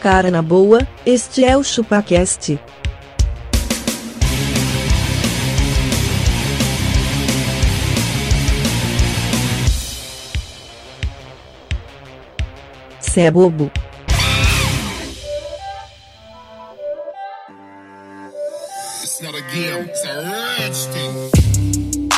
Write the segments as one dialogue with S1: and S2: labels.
S1: cara na boa, este é o ChupaCast. Cê é bobo.
S2: It's not a game, it's a ranch thing.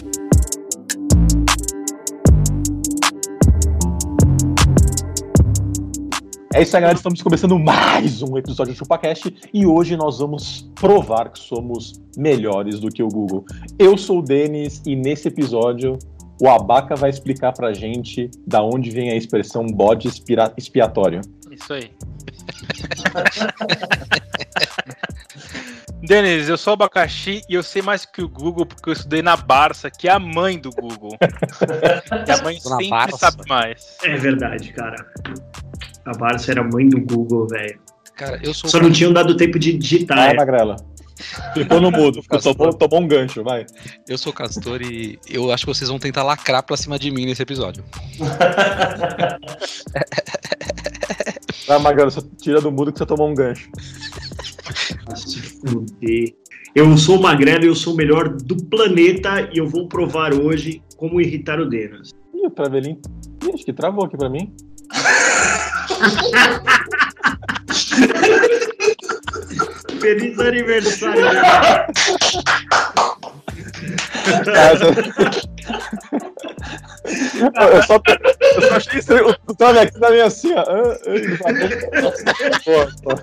S3: É isso aí, galera. Estamos começando mais um episódio do ChupaCast e hoje nós vamos provar que somos melhores do que o Google. Eu sou o Denis e nesse episódio o Abaca vai explicar pra gente da onde vem a expressão bode expira- expiatório.
S4: Isso aí. Denis, eu sou abacaxi e eu sei mais que o Google porque eu estudei na Barça, que é a mãe do Google. e a mãe
S5: Na
S4: sempre
S5: Barça?
S4: sabe mais.
S6: É verdade, cara. A Barça era a mãe do Google, velho.
S5: Cara, eu sou.
S6: Só não tinham dado tempo de
S3: Vai,
S6: digitar. é.
S3: Magrela. Ah, Ficou no mudo, ficou, tomou, tomou um gancho, vai.
S5: Eu sou Castor e eu acho que vocês vão tentar lacrar pra cima de mim nesse episódio.
S3: Vai, Magrela, só tira do mudo que você tomou um gancho.
S6: Ah, Se fuder. Eu sou o Magrelo e eu sou o melhor do planeta e eu vou provar hoje como irritar o Denis.
S3: Ih, o Travelim. Ih, acho que travou aqui pra mim.
S6: Feliz aniversário, Denis.
S3: eu, só, eu só achei estranho. O Travex tá meio assim, ó. Ah, ah, Pô, pô,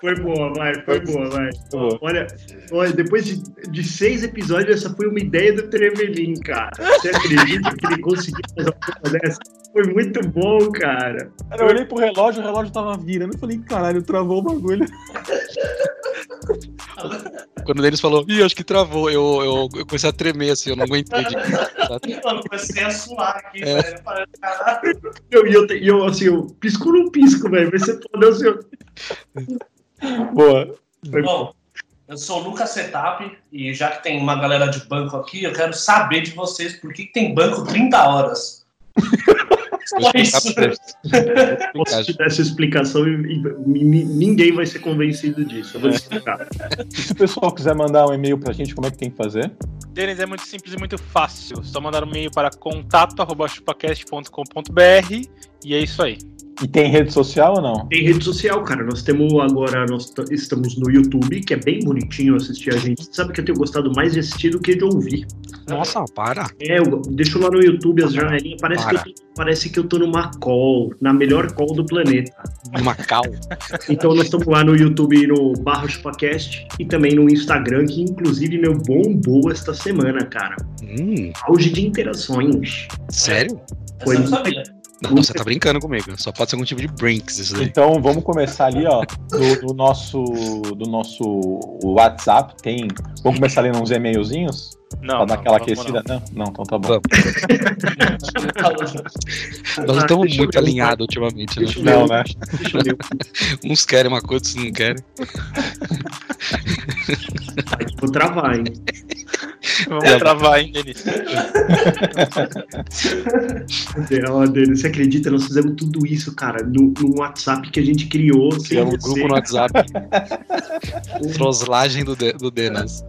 S6: Foi boa, vai, foi boa, vai.
S3: pô.
S6: Olha, olha depois de, de seis episódios, essa foi uma ideia do Trevelin, cara. Você acredita que ele conseguiu fazer uma coisa dessa? Foi muito bom, cara.
S3: Cara, eu olhei pro relógio, o relógio tava virando. Eu falei, caralho, travou o bagulho.
S5: Quando o Denis falou, ih, acho que travou, eu, eu, eu comecei a tremer assim, eu não aguentei. De... tá?
S7: Mano, comecei a suar aqui,
S5: É.
S7: velho. Falei, caralho.
S6: Eu, e eu, te- e eu, assim, eu pisco ou não pisco, velho. Vai ser foda, assim, eu-
S3: Boa.
S7: Bom, eu sou o Lucas Setup e já que tem uma galera de banco aqui, eu quero saber de vocês por que que tem banco 30 horas. Só isso.
S6: se eu tivesse explicação, e- e- ni- ninguém vai ser convencido disso. Eu vou explicar.
S3: E se o pessoal quiser mandar um e-mail pra gente, como é que tem que fazer?
S4: Denis, é muito simples e muito fácil. Só mandar um e-mail para contato.chupacast.com.br e é isso aí.
S3: E tem rede social ou não?
S6: Tem rede social, cara. Nós temos agora, nós t- estamos no YouTube, que é bem bonitinho assistir a gente. Sabe que eu tenho gostado mais de assistir do que de ouvir.
S5: Nossa, para.
S6: É, eu deixo lá no YouTube as janelinhas. Parece, que eu
S5: Para.
S6: tô- parece que eu tô numa call, na melhor call do planeta.
S5: De Macau.
S6: Então nós estamos lá no YouTube e no Barra Chupacast e também no Instagram, que inclusive meu bombou esta semana, cara.
S5: Hum,
S6: Auge de interações.
S5: sério?
S7: Essa eu não sabia.
S5: Não, você tá brincando comigo. Só pode ser algum tipo de brinks isso daí.
S3: Então vamos começar ali, ó, do, do nosso, do nosso WhatsApp. Tem. Vamos começar lendo uns e-mailzinhos?
S4: Não,
S3: Pra
S4: não,
S3: dar aquela
S4: vamos
S3: aquecida? Não. não, então tá bom.
S5: Vamos. Nós não estamos muito alinhados ultimamente, né?
S6: Deixa eu ver.
S3: Não, né?
S6: Deixa eu ver.
S5: Uns querem uma coisa, outros não querem.
S6: Vou travar, hein?
S4: não. Vamos travar, hein, Denis?
S6: Ó, Dani, Você acredita? Nós fizemos tudo isso, cara, no, no WhatsApp que a gente criou. sem
S5: Criamos um
S6: você.
S5: grupo no WhatsApp. Troslagem do, De- do Denas.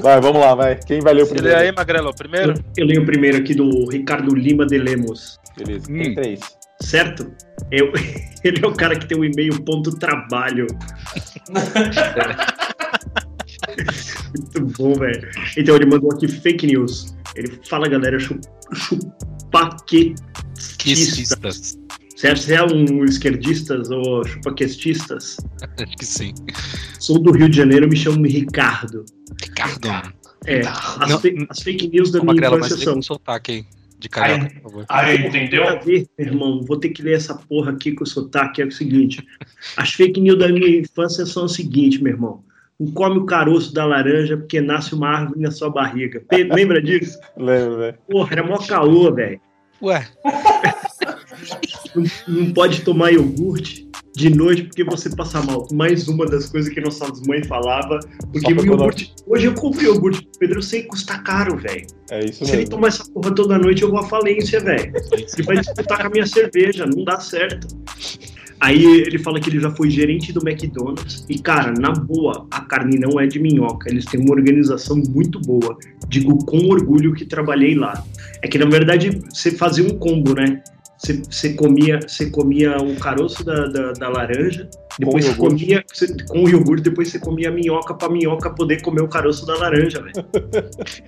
S3: Vai, vamos lá, vai. Quem vai ler o
S4: Você lê
S3: primeiro?
S4: é aí, Magrelo,
S6: Eu,
S4: primeiro?
S6: eu leio o primeiro aqui do Ricardo Lima de Lemos,
S3: Beleza,
S5: Hum.
S3: tem três.
S6: certo? Eu- ele é o cara que tem o e-mail ponto trabalho. Muito bom, velho. Então ele mandou aqui fake news. Ele fala, galera, chu- chupaquetista.
S5: Quististas.
S6: Você acha que é um esquerdistas ou chupaquetistas?
S5: Acho que sim.
S6: Sou do Rio de Janeiro, me chamo Ricardo.
S5: Ricardo.
S6: É, as,
S5: Tá. Não,
S6: fe- as fake news da
S5: Ô,
S6: minha
S5: Magrela, mas
S6: infância
S5: lê com um
S6: são.
S5: sotaque aí. De carioca, por favor.
S7: Aí, entendeu?
S6: Pra ver, irmão, vou ter que ler essa porra aqui com o sotaque. É o seguinte: as fake news da minha infância são o seguinte, meu irmão. Não come o caroço da laranja porque nasce uma árvore na sua barriga. Pe- Lembra disso?
S3: Lembra, velho.
S6: Porra, era mó caô, velho.
S5: Ué,
S6: Não, não pode tomar iogurte de noite porque você passa mal. Mais uma das coisas que nossas mães falavam. Porque
S3: pra
S6: o iogurte. Hoje eu compro iogurte, Pedro, eu sei custar caro, velho.
S3: É isso
S6: Se ele
S3: mesmo.
S6: tomar essa porra toda noite, eu vou à falência, velho. Ele vai disputar com a minha cerveja, não dá certo. Aí ele fala que ele já foi gerente do McDonald's. E, cara, na boa, a carne não é de minhoca. Eles têm uma organização muito boa. Digo com orgulho que trabalhei lá. É que, na verdade, você fazia um combo, né? Você, você comia, você comia o caroço da, da, da laranja, depois você
S3: iogurte.
S6: comia você- com o iogurte, depois você comia a minhoca pra minhoca poder comer o caroço da laranja, velho.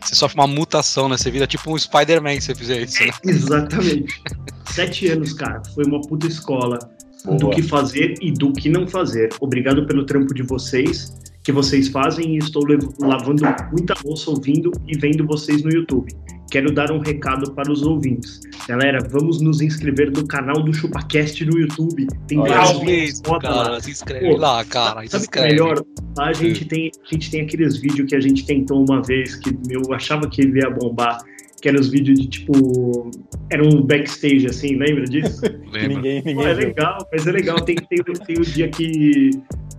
S5: Você sofre uma mutação, né? Você vira tipo um Spider-Man se você fizer isso,
S6: É,
S5: né?
S6: Exatamente. Sete anos, cara. Foi uma puta escola do
S3: Boa.
S6: que fazer e do que não fazer. Obrigado pelo trampo de vocês, que vocês fazem e estou lev- lavando muita louça ouvindo e vendo vocês no YouTube. Quero dar um recado para os ouvintes. Galera, vamos nos inscrever no canal do ChupaCast no YouTube. Tem
S3: Olha
S6: vários
S7: aí.
S6: vídeos foda lá.
S5: Cara, se inscreve
S6: Pô,
S5: lá, cara. Se
S6: Sabe o que é
S5: inscreve.
S6: melhor?
S5: Hum.
S6: A gente, tem, a gente tem aqueles vídeos que a gente tentou uma vez, que eu achava que ele ia bombar, que eram os vídeos de tipo. Era um backstage assim, lembra disso?
S3: Que
S5: Lembra?
S3: ninguém,
S6: Pô,
S3: ninguém
S6: é
S3: viu.
S6: legal, mas é legal. Tem, tem, tem o dia que.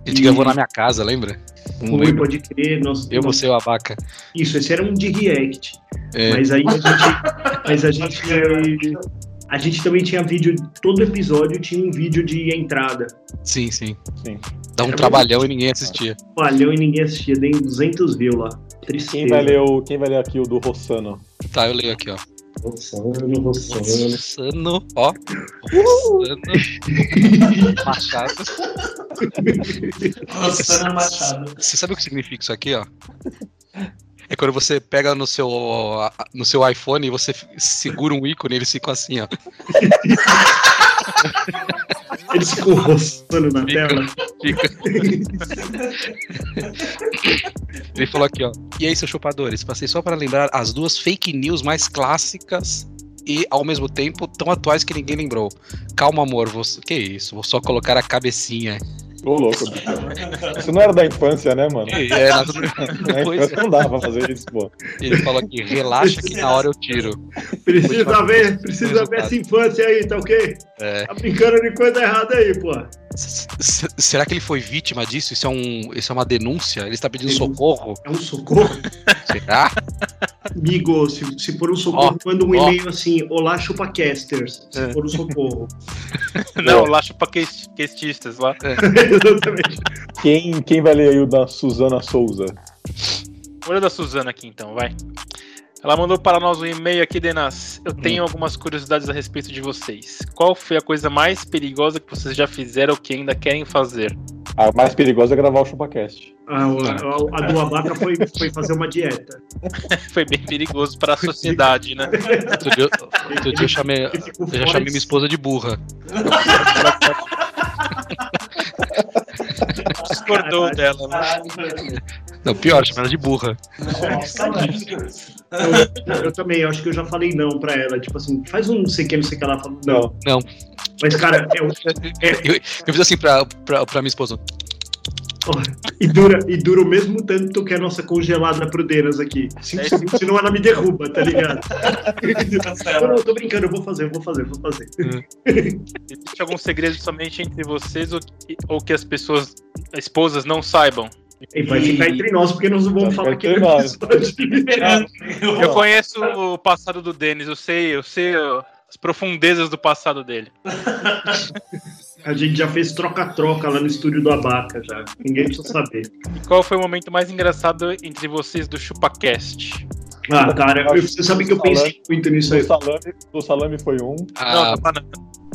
S5: A gente gravou na minha casa, lembra? Não
S6: Foi,
S5: lembro.
S6: pode crer. Nós,
S5: Eu,
S6: nós-
S5: você e o Abaca.
S6: Isso, esse era um de react.
S5: É.
S6: Mas aí a gente. Mas a gente. A gente também tinha vídeo. Todo episódio tinha um vídeo de entrada.
S5: Sim, sim.
S3: Sim.
S5: Dá um
S6: Era
S5: trabalhão e ninguém assistia.
S6: Falhou e ninguém assistia, dei 200 views lá. Tristeza.
S3: Quem vai, ler o, quem vai ler aqui o do Rossano?
S5: Tá, eu leio aqui, ó.
S6: Rossano, Rossano.
S5: Rossano, ó. Rossano. Machado.
S7: Rossana Machado.
S5: Você sabe o que significa isso aqui, ó? É quando você pega no seu, no seu iPhone e você segura um ícone, eles ficam assim, ó.
S6: Eles ficam roçando na
S5: Fica.
S6: tela.
S5: Ele falou aqui, ó. E aí, seus chupadores, passei só para lembrar as duas fake news mais clássicas e, ao mesmo tempo, tão atuais que ninguém lembrou. Calma, amor, vou... que isso? Vou só colocar a cabecinha.
S3: Ô, louco. Isso não era da infância, né, mano?
S5: É, nada-
S3: Na
S5: Pois
S3: infância
S5: é.
S3: não dava pra fazer isso, pô.
S5: Ele falou aqui, relaxa que na hora eu tiro.
S6: Precisa ver, precisa ver essa infância aí, tá ok?
S5: É.
S6: Tá brincando de coisa errada aí, pô.
S5: S- s- Será que ele foi vítima disso? Isso é, um, isso é uma denúncia? Ele está pedindo
S6: Denúncia.
S5: socorro?
S6: É um socorro?
S5: Será?
S6: Amigo, se, se for um socorro, manda um
S5: ó.
S6: e-mail assim, olá chupacasters, se
S5: É.
S6: for um socorro.
S4: Não, lá chupa quest- questistas lá.
S6: Exatamente.
S3: Quem, quem vai ler aí o da Suzana Souza?
S4: Olha da Suzana aqui então, vai. Ela mandou para nós um e-mail aqui, Denas. Eu tenho algumas curiosidades a respeito de vocês. Qual foi a coisa mais perigosa que vocês já fizeram ou que ainda querem fazer?
S3: A mais perigosa é gravar o ChupaCast.
S6: A, a, a do Abaca foi, foi fazer uma dieta.
S4: Foi bem perigoso para a sociedade, né?
S5: Outro dia, outro dia eu, chamei, eu
S6: Ele ficou
S5: já
S6: fora
S5: chamei
S6: de-
S5: minha esposa de burra.
S4: Discordou dela, né?
S7: Caralho, velho.
S5: Não, pior, chamei ela de burra.
S7: Nossa,
S5: é.
S7: velho.
S6: Eu, eu também, eu acho que eu já falei não pra ela. Tipo assim, faz um não sei o que, não sei o que ela falou. Não.
S5: Não.
S6: Mas, cara, é um
S5: Eu, eu fiz assim pra, pra, pra minha esposa.
S6: E dura, e dura o mesmo tanto que a nossa congelada pro Denas aqui. Cinco segundos, senão ela me derruba, tá ligado? Não, não, eu tô brincando, eu vou fazer, eu vou fazer, eu vou fazer.
S4: Existe algum segredo somente entre vocês ou que, ou que as pessoas, esposas, não saibam?
S6: E vai ficar entre nós, porque nós não vamos
S3: Vai
S6: falar aqui
S3: ficar entre
S6: no
S3: nós.
S6: episódio.
S4: Eu conheço o passado do Denis, eu sei, eu sei ó, as profundezas do passado dele.
S6: A gente já fez troca-troca lá no estúdio do Abaca, já. Ninguém precisa saber.
S4: E qual foi o momento mais engraçado entre vocês do ChupaCast?
S6: Ah, cara, eu- você sabe que eu pensei muito nisso
S3: Do
S6: aí.
S3: salame, do salame foi um.
S5: A,
S4: não, banana.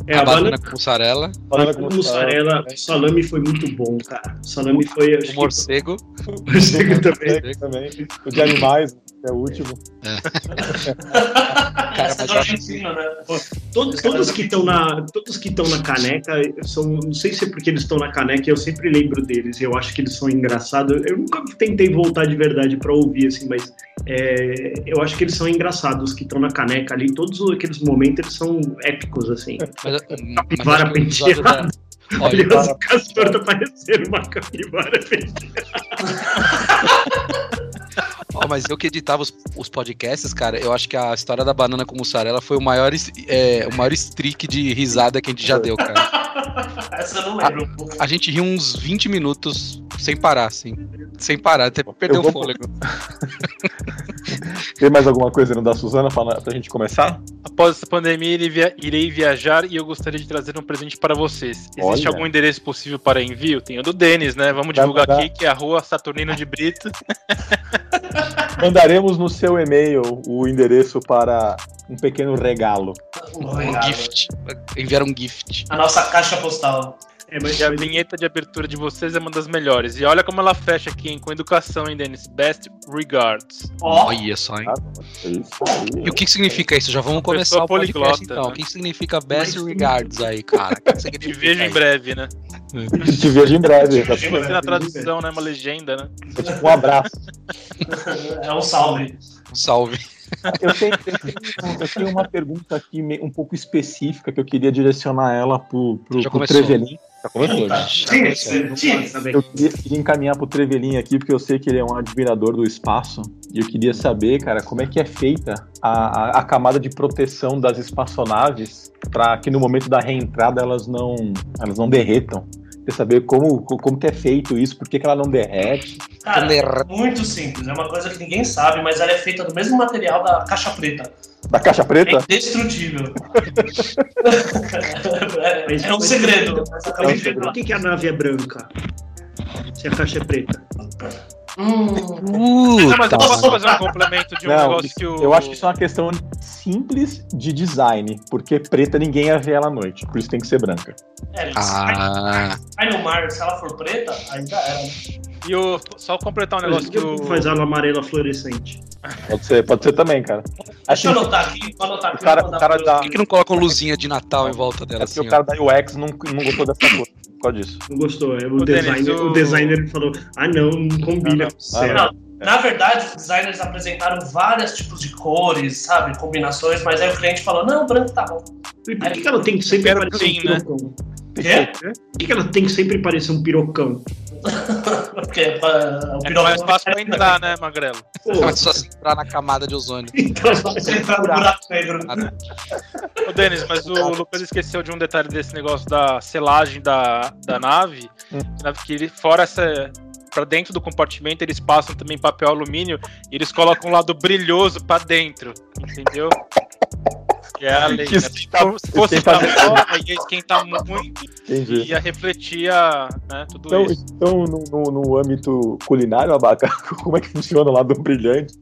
S6: É,
S5: a
S6: a
S5: banana
S6: banana
S5: com mussarela,
S3: Banana
S6: com mussarela, o salame foi muito bom, cara. O salame foi,
S5: o
S6: acho que,
S5: um morcego.
S6: morcego também.
S3: também. O de animais, que é o último.
S5: Cara,
S7: é
S5: mas eu acho que-
S7: né?
S6: Todos, todos que estão na, todos que estão na caneca são, não sei se é porque eles estão na caneca, eu sempre lembro deles. Eu acho que eles são engraçados. Eu nunca tentei voltar de verdade pra ouvir assim, mas é, eu acho que eles são engraçados os que estão na caneca ali. Todos aqueles momentos eles são épicos assim.
S5: Mas, hum, mas
S6: Capivara
S5: acho que o episódio da...
S6: penteada.
S5: Olha,
S6: Aliás, o Castor tá parecendo uma capivara penteada.
S5: ó, mas eu que editava os, os podcasts, cara, eu acho que a história da banana com mussarela foi o maior, es- é, o maior streak de risada que a gente já deu, cara.
S7: Essa eu não
S5: Ah,
S7: lembro.
S5: A gente riu uns 20 minutos sem parar, assim. Sem parar, até perder
S3: Eu
S5: o
S3: vou-
S5: fôlego.
S3: Tem mais alguma coisa no da Suzana pra, pra gente começar?
S4: Após essa pandemia, ele via- irei viajar e eu gostaria de trazer um presente para vocês. Existe
S3: Olha.
S4: algum endereço possível para envio? Tem o do Denis, né? Vamos
S3: Vai
S4: divulgar
S3: mandar.
S4: aqui que é a rua Saturnino de Brito.
S3: Mandaremos no seu e-mail o endereço para um pequeno regalo.
S7: Um
S5: Um
S7: regalo.
S5: gift. Enviaram um gift.
S7: A nossa caixa postal.
S6: É, mas,
S4: E a
S6: mas-
S4: vinheta de abertura de vocês é uma das melhores. E olha como ela fecha aqui, hein? Com educação, hein, Denis? Best regards.
S7: Ó,
S5: Olha só, hein?
S3: Ah, é Isso aí.
S5: E o que que significa isso? Já vamos começar
S4: Pessoa
S5: o podcast
S4: poliglota,
S5: então.
S4: né?
S5: O que que significa Best Regards aí, cara? O que que significa
S4: Te vejo em
S5: isso?
S4: breve, né?
S3: Te vejo em breve.
S7: Te vejo em
S4: Vai
S3: É
S4: ser na tradução, né? Uma legenda, né?
S3: tipo um abraço.
S7: é um salve.
S5: Salve.
S3: Eu tenho, eu tenho- eu tenho uma pergunta aqui me- um pouco específica que eu queria direcionar ela pro, pro,
S5: Já
S3: pro
S5: começou.
S3: Trevelin. Já começou,
S7: Tá, Tinha que
S6: é,
S7: ser, tinha
S4: tá
S7: que ser.
S6: Sabe,
S3: Eu queria, queria encaminhar pro Trevelin aqui, porque eu sei que ele é um admirador do espaço. E eu queria saber, cara, como é que é feita a, a- a camada de proteção das espaçonaves para que no momento da reentrada elas não, elas não derretam. Queria saber como, como que é feito isso, por que, que ela não derrete.
S7: Cara,
S5: Ler-
S7: muito simples. É uma coisa que ninguém sabe, mas ela é feita do mesmo material da caixa preta.
S3: Da caixa
S7: É
S3: preta?
S7: indestrutível. é, é um segredo. mas acabei de
S6: Por
S7: revelar.
S6: que, que a nave é branca? Se a caixa é preta.
S7: Hum,
S4: Ah, mas eu posso
S5: Puta,
S4: fazer um complemento de um
S3: Não,
S4: negócio que o.
S3: Eu acho que isso é uma questão simples de design, porque preta ninguém ia ver ela à noite, por isso tem que ser branca.
S7: é,
S5: ah,
S7: Cai no mar, se ela for preta, aí já era. né?
S4: E o... Só completar um negócio que o.
S6: Faz ela amarela fluorescente.
S3: Pode ser, pode ser também, cara.
S7: Deixa
S3: Assim,
S7: eu anotar aqui, vou anotar
S3: o
S7: aqui.
S3: cara,
S7: vou
S3: o
S7: mandar
S3: cara
S7: pro-
S3: da,
S5: por que, que não colocam luzinha de Natal em volta
S3: é
S5: dela
S3: porque
S5: assim?
S3: o cara da UX não, não gostou dessa cor, por causa disso.
S6: Não gostou. é, O,
S4: Ô, Denis,
S6: designer,
S4: o-
S6: o designer falou: ah, não, não combina.
S3: Ah, não.
S6: com o céu."
S7: Não, na verdade, os designers apresentaram vários tipos de cores, sabe? Combinações, mas aí o cliente falou: não, branco tá bom.
S6: E por que, que ela tem que sempre
S4: Quero
S6: parecer
S4: clean,
S6: um
S4: né?
S6: pirocão?
S7: Quê?
S6: Por que, que ela tem que sempre parecer um pirocão?
S7: Porque ah, o
S4: É que é
S7: pirocão
S4: mais fácil pra entrar, né, Magrelo?
S6: Pô,
S5: ó? Ela só se entrar na camada de ozônio.
S6: então,
S7: Você entra no buraco negro.
S4: Ô, Denis, mas
S3: Tá.
S4: o Lucas esqueceu de um detalhe desse negócio da selagem da, da nave.
S3: Hum.
S4: que na- Que ele- fora essa. Pra dentro do compartimento, eles passam também papel alumínio e eles colocam um lado brilhoso pra dentro. Entendeu? Que é a lei.
S3: Que tá-
S4: né?
S3: esquenta-
S4: Se fosse pra
S3: esquenta-
S4: fora, ia esquentar muito e
S3: Entendi.
S4: ia refletir a, né, tudo
S3: Então,
S4: isso.
S3: então no, no- no âmbito culinário, abacaco, como é que funciona o lado brilhante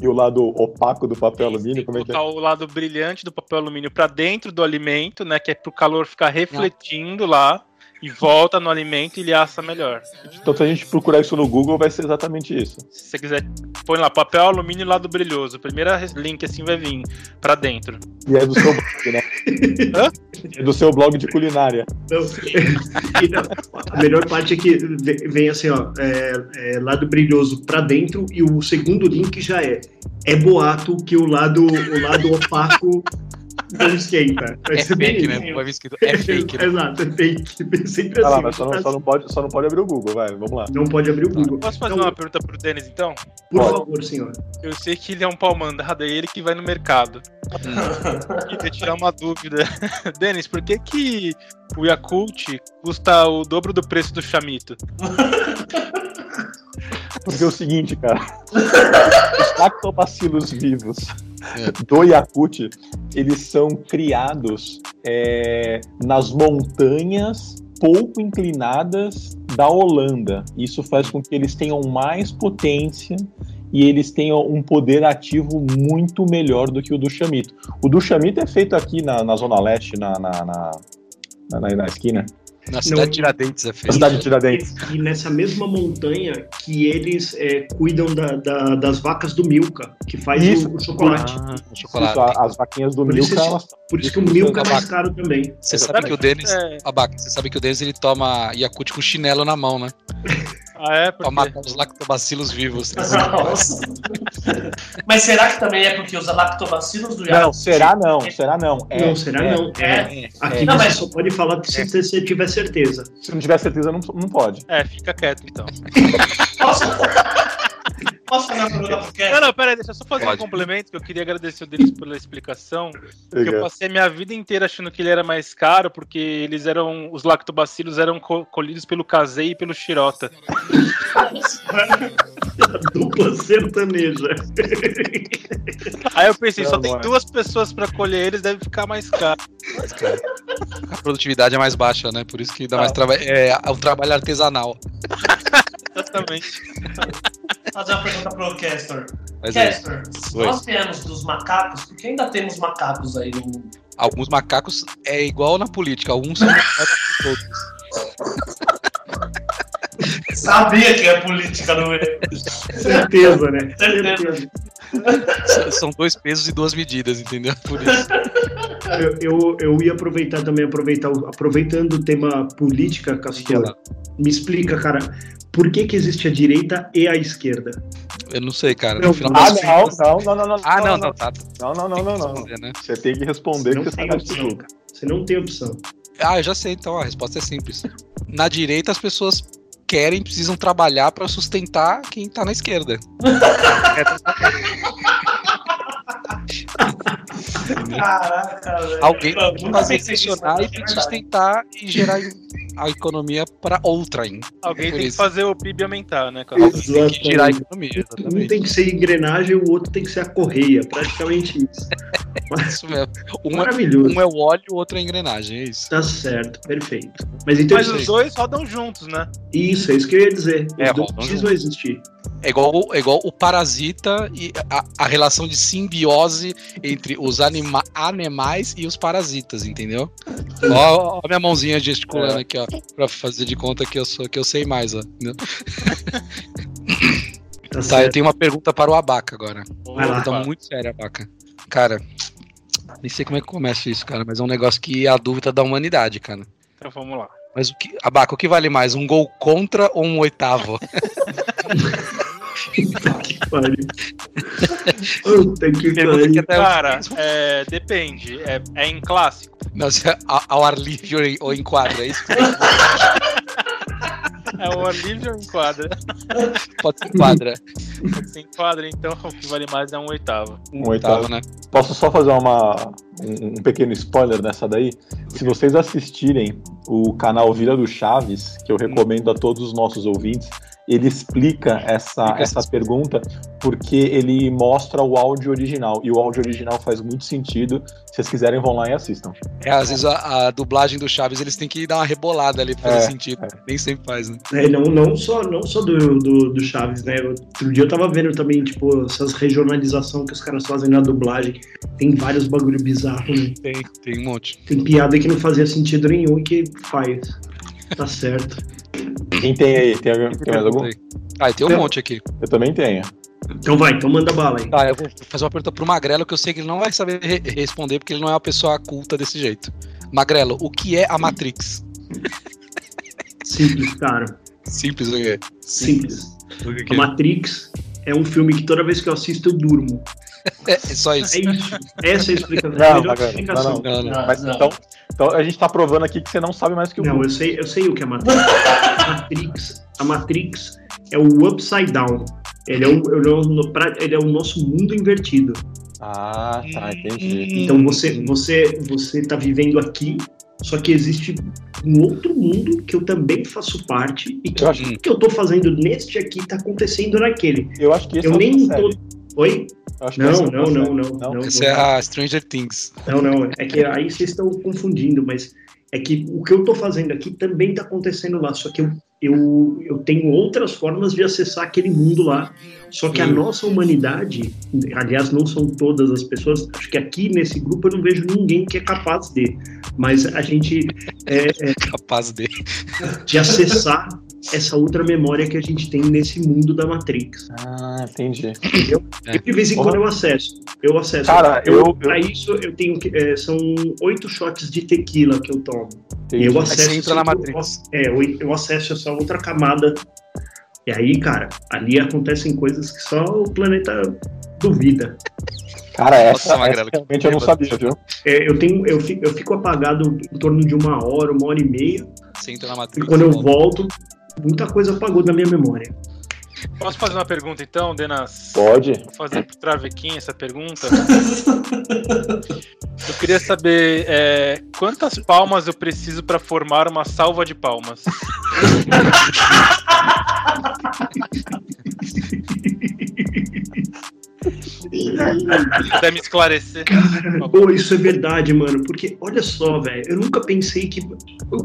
S3: e o lado opaco do papel alumínio? Como é que é?
S4: Colocar o lado brilhante do papel alumínio pra dentro do alimento, né? Que é pro calor ficar refletindo lá e volta no alimento e ele assa melhor.
S3: Então, se a gente procurar isso no Google, vai ser exatamente isso.
S4: Se você quiser, põe lá papel alumínio lado brilhoso. Primeira link assim vai vir pra dentro.
S3: E é do seu blog, né? Hã? É do seu blog de culinária.
S6: e não, a melhor parte é que ve- vem assim, ó, é, é, lado brilhoso pra dentro e o segundo link já é. É boato que o lado, o lado opaco não esquenta. Vai
S5: É
S6: ser bem
S5: fake,
S6: isso.
S5: né? Vai vir escrito, é fake. né?
S6: Exato, é fake. Sempre
S3: Vai lá,
S6: assim.
S3: mas só não, só não pode, só não pode abrir o Google, vai, vamos lá.
S6: Não pode abrir o Google.
S4: Posso fazer
S6: Então,
S4: uma pergunta pro Denis então?
S6: Por
S3: Pode.
S6: favor, senhora.
S4: Eu sei que ele é um pau mandado, é ele que vai no mercado. E queria tirar uma dúvida. Denis, por que que o Yakult custa o dobro do preço do chamito?
S3: Porque é o seguinte, cara. Os lactobacilos vivos
S6: É.
S3: do Yakut, eles são criados é, nas montanhas pouco inclinadas da Holanda. Isso faz com que eles tenham mais potência e eles tenham um poder ativo muito melhor do que o do chamito. O do chamito é feito aqui na, na Zona Leste, na, na, na, na- na- na esquina,
S5: Na cidade de Tiradentes é
S3: na
S5: fake.
S3: cidade de Tiradentes.
S6: E nessa mesma montanha que eles é, cuidam da- da- das vacas do Milka, que faz
S3: Isso.
S6: o, o chocolate.
S5: Ah, chocolate.
S3: Isso, a- as vaquinhas do
S6: Por
S3: Milka,
S6: isso esse-
S3: elas
S6: Por isso que o
S3: Isso,
S6: Milka é
S5: da
S6: mais caro também.
S5: Você sabe que o Denis.
S4: É.
S5: Abaca, você sabe que o Denis ele toma Yakut com chinelo na mão, né?
S4: Ah, é?
S5: Pra
S4: Porque...
S5: matar os lactobacilos vivos.
S7: Nossa. Mas será que também é porque os lactobacilos do
S3: Não,
S7: Yakult-
S3: será não, será não. É,
S6: não, será
S3: é,
S6: não.
S7: É,
S6: Aqui
S7: Não,
S6: você
S7: mas-
S6: só pode falar que
S5: É.
S6: se se você tiver certeza.
S3: Se não tiver certeza, não, não pode.
S4: É, fica quieto então.
S7: posso, Posso fazer uma pergunta porque
S4: Não, não, peraí, deixa eu só fazer
S5: Pode.
S4: um complemento que eu queria agradecer o deles pela explicação. Porque eu passei a minha vida inteira achando que ele era mais caro, porque eles eram. Os lactobacilos eram co- colhidos pelo Casei e pelo Shirota.
S6: Dupla sertaneja.
S4: Aí eu pensei, só
S3: Não,
S4: tem
S3: mano.
S4: duas pessoas pra colher eles, deve ficar mais caro.
S5: A produtividade é mais baixa, né? Por isso que dá mais
S4: Ah.
S5: trabalho. É um trabalho artesanal.
S4: Exatamente.
S7: fazer uma pergunta pro Castor.
S5: Mas é, isso.
S7: Castor, se
S5: Oi.
S7: nós viemos dos macacos, porque ainda temos macacos aí no mundo.
S5: alguns macacos é igual na política. Alguns são mais macacos que outros.
S7: Sabia que é política no meio.
S6: Certeza, né?
S7: Certeza.
S5: S- São dois pesos e duas medidas, entendeu? Por isso.
S6: Eu, eu, eu ia aproveitar também, aproveitar, o- aproveitando o tema política, Castor, me explica, cara, por que que existe a direita e a esquerda?
S5: Eu não sei, cara.
S6: Não,
S5: No final
S3: Ah,
S5: das
S3: não,
S5: contas-
S3: não, não, não, não.
S5: Ah, não, não, tá.
S3: Não, não, não, não, não.
S5: Responder, né?
S3: Você tem que responder
S6: não
S3: que você tá
S6: tem
S3: sabe desse
S6: opção,
S3: jogo.
S6: cara. Você não tem opção.
S5: Ah, eu já sei, então a resposta é simples. Na direita, as pessoas querem, precisam trabalhar pra sustentar quem tá na esquerda.
S7: Caraca, velho.
S5: Alguém
S7: Eu
S5: tem que
S7: nunca
S5: fazer
S7: pensei nisso,
S5: funcionar
S7: mas
S5: e
S7: é
S5: tem que
S7: verdade.
S5: sustentar e gerar a economia para outrem.
S4: Alguém
S5: Por
S4: tem que
S5: isso.
S4: fazer o PIB aumentar, né, cara?
S6: Isso.
S5: Tem que girar a
S6: Exatamente.
S5: economia,
S6: Um
S5: exatamente.
S6: tem que ser engrenagem, o outro tem que ser a correia, praticamente isso.
S5: Isso mesmo. Um é,
S6: Maravilhoso.
S5: um é o óleo, o outro é a engrenagem, é isso.
S6: Tá certo, perfeito. Mas então
S4: Mas
S6: isso-
S4: os dois rodam juntos, né?
S6: isso, é isso que eu ia dizer. Os
S5: É,
S6: dois
S5: Ron,
S6: precisam existir. Tá
S5: É igual, o- é igual o parasita e a, a relação de simbiose entre os anima- animais e os parasitas, entendeu?
S6: Hum.
S5: Ó, ó a minha mãozinha gesticulando
S6: É.
S5: aqui, ó, pra fazer de conta que eu sou que eu sei mais, ó. entendeu?
S6: Tá,
S5: Tá, eu
S6: certo.
S5: tenho uma pergunta para o abaca agora.
S6: Vai lá.
S5: Pergunta muito séria, abaca. Cara, nem sei como é que começa isso, cara, mas é um negócio que é a dúvida da humanidade, cara.
S4: Então vamos lá.
S5: Mas o que, abaca, o que vale mais, um gol contra ou um oitavo?
S6: Que pariu. Puta que
S5: Pergunta que
S6: pariu.
S3: tá-
S5: até eu
S4: Cara, é, depende. É, é em clássico?
S5: Não, se é a- ao ar livre ou em- ou em quadra, é isso?
S4: É o ar livre ou em quadra?
S5: Pode ser quadra.
S4: Sem quadra, então o que vale mais é um oitavo.
S3: Um
S5: Oitavo,
S3: oitavo.
S5: né?
S3: Posso só fazer uma, um, um pequeno spoiler nessa daí? Se vocês assistirem o canal Vila do Chaves, que eu
S6: Hum.
S3: recomendo a todos os nossos ouvintes, ele explica essa,
S5: Explica
S3: essa pergunta porque ele mostra o áudio original. E o áudio original faz muito sentido. Se vocês quiserem, vão lá e assistam.
S5: É, às vezes a, a dublagem do Chaves eles têm que dar uma rebolada ali pra fazer
S3: É,
S5: sentido. Nem sempre faz, né?
S6: É, não, não só, não só do, do, do Chaves, né? Outro dia eu tava vendo também, tipo, essas regionalização que os caras fazem na dublagem. Tem vários bagulho bizarro, né?
S5: Tem, tem um monte.
S6: Tem piada que não fazia sentido nenhum e que faz. Tá certo.
S3: Quem tem aí? Tem, alguém- tem mais algum?
S5: Ah, e tem um
S3: Tem-
S5: monte aqui.
S3: Eu também tenho.
S6: Então vai, então manda bala aí.
S3: Ah, é.
S5: Tá, eu vou fazer uma pergunta pro Magrelo que eu sei que ele não vai saber re- responder porque ele não é uma pessoa culta desse jeito. Magrelo, o que é a Matrix?
S6: Simples, cara.
S5: Simples, né?
S6: Simples.
S5: O
S6: A
S5: que é?
S6: Matrix é um filme que toda vez que eu assisto eu durmo.
S5: É, é só
S6: É
S5: isso.
S6: isso. Essa é a explicação.
S3: Não,
S6: é a melhor
S3: bacana. Não,
S6: explicação.
S5: Não, não.
S7: Ah,
S3: Mas
S7: não.
S3: então, então a gente tá provando aqui que você não sabe mais que o
S6: Não,
S3: Google.
S6: eu sei, eu sei o que é Matrix. Matrix. A Matrix é o Upside Down. Ele é o, ele é o- no- pra- ele é o nosso mundo invertido.
S3: Ah, tá, entendi.
S5: Hum.
S6: Então você, você, você tá vivendo aqui, só que existe um outro mundo que eu também faço parte e que
S3: Eu acho,
S6: o que eu tô fazendo neste aqui tá acontecendo naquele.
S3: eu acho que esse
S6: eu
S3: é o
S6: nem
S3: sério.
S6: tô. Oi?
S3: Eu acho que esse é
S6: Não,
S3: o
S6: não,
S3: sério.
S6: não, não, não.
S3: Não?
S6: não,
S5: Essa é a Stranger Things.
S6: Não, não, é que aí vocês estão confundindo, mas é que o que eu estou fazendo aqui também está acontecendo lá, só que eu, eu, eu tenho outras formas de acessar aquele mundo lá. Só que a
S5: Sim.
S6: nossa humanidade, aliás, não são todas as pessoas, acho que aqui nesse grupo eu não vejo ninguém que é capaz de, mas a gente é,
S5: Capaz dele.
S6: de acessar essa outra memória que a gente tem nesse mundo da Matrix.
S3: Ah, entendi.
S5: É.
S6: E de vez em quando eu acesso, eu acesso.
S3: Cara, eu- eu-
S6: para isso eu tenho que é, são oito shots de tequila que eu tomo. E
S3: entendi.
S6: eu
S5: Aí você
S6: acesso,
S5: entra na
S6: sempre-
S5: Matrix.
S6: É, eu, eu acesso essa outra camada. E aí, cara, ali acontecem coisas que só o planeta duvida.
S3: Cara, essa,
S5: Nossa,
S3: essa
S5: Magrelo, que
S3: realmente eu não
S5: bêbado.
S3: sabia, viu?
S6: É, eu, tenho, eu, fico, eu fico apagado em torno de uma hora, uma hora e meia.
S5: Você entra na
S6: E
S5: Matrix.
S6: quando eu
S5: volta.
S6: volto, muita coisa apagou da minha memória.
S4: Posso fazer uma pergunta então, Denas?
S3: Pode?
S4: Vou fazer pro Travequinho essa pergunta. Eu queria saber é, quantas palmas eu preciso pra formar uma salva de palmas. Se puder me esclarecer. por favor.
S6: Pô, isso é verdade, mano. Porque, olha só, velho, eu nunca pensei que.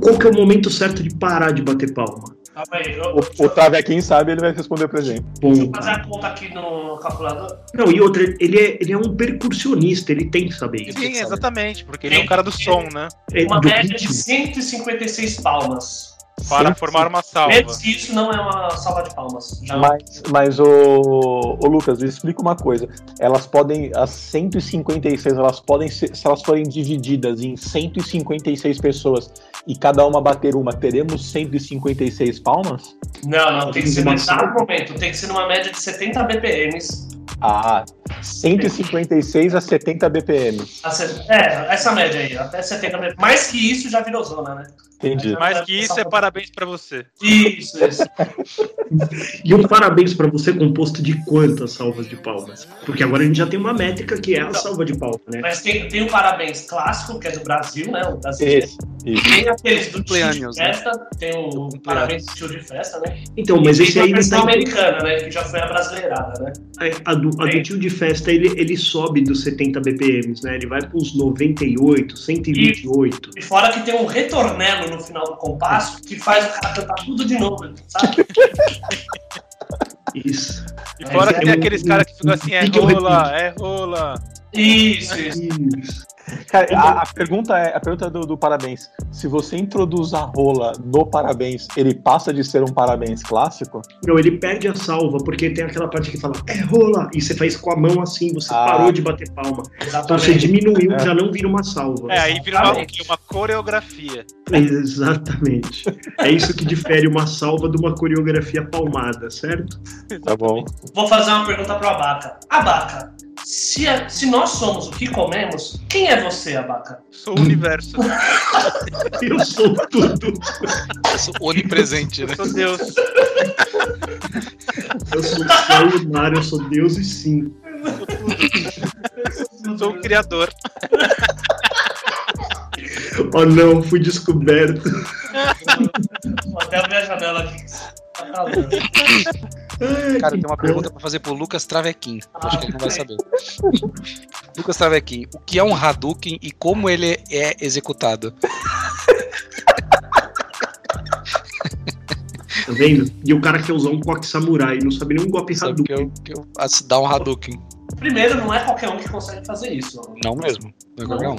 S6: Qual que é o momento certo de parar de bater palma?
S7: Calma aí, eu,
S3: O, o Travequinho sabe, ele vai responder pra gente.
S6: Bom,
S7: fazer a conta aqui no calculador.
S6: Não, e outra, ele é, ele é um percussionista, ele tem que saber isso.
S4: Sim, exatamente, porque ele é um cara do som, né?
S6: É
S7: Uma
S6: do
S7: média de
S6: ritmo.
S7: 156 palmas.
S4: Para formar uma salva.
S7: Menos que isso não é uma salva de palmas. Já
S3: Mas, mas o, Lucas, me explica uma coisa. Elas podem, as 156, elas podem ser, se elas forem divididas em 156 pessoas e cada uma bater uma, teremos 156 palmas?
S7: Não, não, tem que ser no
S6: Mas-
S7: exato momento. Tem que ser numa média de 70 BPMs.
S3: Ah, 156 a 70 BPM.
S7: A se- É, essa média aí, até 70 BPMs. Mais que isso já virou zona, né?
S3: Entendi.
S4: Mais que isso, é parabéns pra você.
S7: Isso, isso.
S6: E um parabéns pra você composto de quantas salvas de palmas? Porque agora a gente já tem uma métrica que é a salva de palma, né?
S7: Mas tem, tem o parabéns clássico, que é do Brasil, né? O Brasil.
S3: Esse, esse.
S7: Tem aqueles do tio de
S5: Cumpleaños, né?
S7: festa, tem o parabéns do tio de festa, né?
S6: Então, mas esse
S7: tem
S6: aí ainda
S7: a
S6: tá
S7: versão
S6: é,
S7: americana, né? Que já foi a brasileirada, né?
S6: A do, a do tio de festa, ele, ele sobe dos 70 BPMs, né? Ele vai para uns 98, 128.
S7: E fora que tem um retornelo no final do compasso que faz o cara cantar tudo de novo, sabe?
S6: Isso.
S4: E
S7: Mas
S4: fora
S6: é
S4: que tem
S6: um-
S4: aqueles caras que ficam assim, é
S6: Tem que eu
S4: rola, é rola.
S7: Isso, isso.
S6: Isso.
S3: Cara, a, a pergunta é a pergunta do, do parabéns. Se você introduz a rola no parabéns, ele passa de ser um parabéns clássico?
S6: Não, Então, ele perde a salva, porque tem aquela parte que fala, é rola, e você faz com a mão assim, você
S3: Ah.
S6: parou de bater palma. Então você
S7: Exatamente.
S6: diminuiu,
S3: É.
S6: já não vira uma salva.
S4: É, aí vira uma,
S7: Exatamente.
S4: uma coreografia.
S6: Exatamente. É isso que difere uma salva de uma coreografia palmada, certo?
S3: Tá bom.
S7: Vou fazer uma pergunta pro Abaca. Abaca, se, a- se nós somos o que comemos, quem é você, Abaca?
S4: Sou o universo.
S6: Eu sou tudo.
S5: Eu sou onipresente, né?
S4: Eu sou Deus.
S6: Eu sou o céu e o mar, eu sou Deus e sim.
S4: Eu sou o criador.
S6: Oh não, fui descoberto.
S7: Vou até abrir a janela aqui. Tá calor.
S5: Cara, tem uma pergunta pra fazer pro Lucas Travequim. Acho que ele não
S7: Ah,
S5: vai saber. Lucas Travequim, o que é um Hadouken e como ele é executado?
S6: Tá vendo? E o cara quer usar um coque samurai, não sabe nem um golpe
S5: Sabe que
S6: Hadouken.
S5: eu, que eu as- dá um Hadouken.
S7: Primeiro, não é qualquer um que consegue fazer isso.
S5: Não mesmo. Não é qualquer um.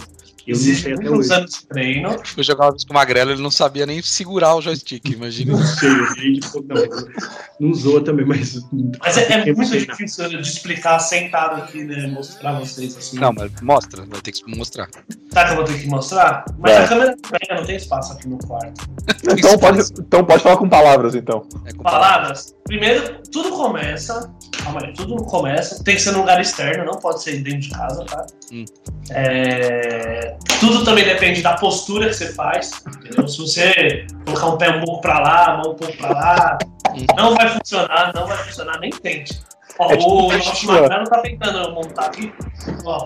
S6: Eu não sei até hoje.
S7: muitos anos de treino.
S5: Eu jogava uma vez com o Magrelo, ele não sabia nem segurar o joystick, imagina.
S6: Não sei, a gente pô, não, não zoa também, mas.
S7: Mas é, é
S6: Eu
S7: muito
S6: sei, né? não.
S7: difícil de explicar sentado aqui, né? Mostrar vocês assim.
S5: Não, mas mostra, vai ter que mostrar.
S7: Tá que eu vou ter que mostrar? Mas
S5: É.
S3: Vai.
S7: a câmera pega, não tem espaço aqui no quarto.
S3: Então pode, então pode falar com palavras, então.
S5: É complicado.
S7: Palavras. Primeiro, tudo começa. Calma aí, tudo começa. Tem que ser num lugar externo, não pode ser dentro de casa, tá?
S5: Hum.
S7: É, Tudo também depende da postura que você faz. entendeu? Se você colocar um pé um pouco pra lá, a mão um pouco pra lá,
S5: Hum.
S7: não vai funcionar, não vai funcionar, nem tente. Ó,
S3: É tipo
S7: o
S3: um peixe
S7: nosso
S3: voando.
S7: Magrano tá tentando montar aqui. Ó.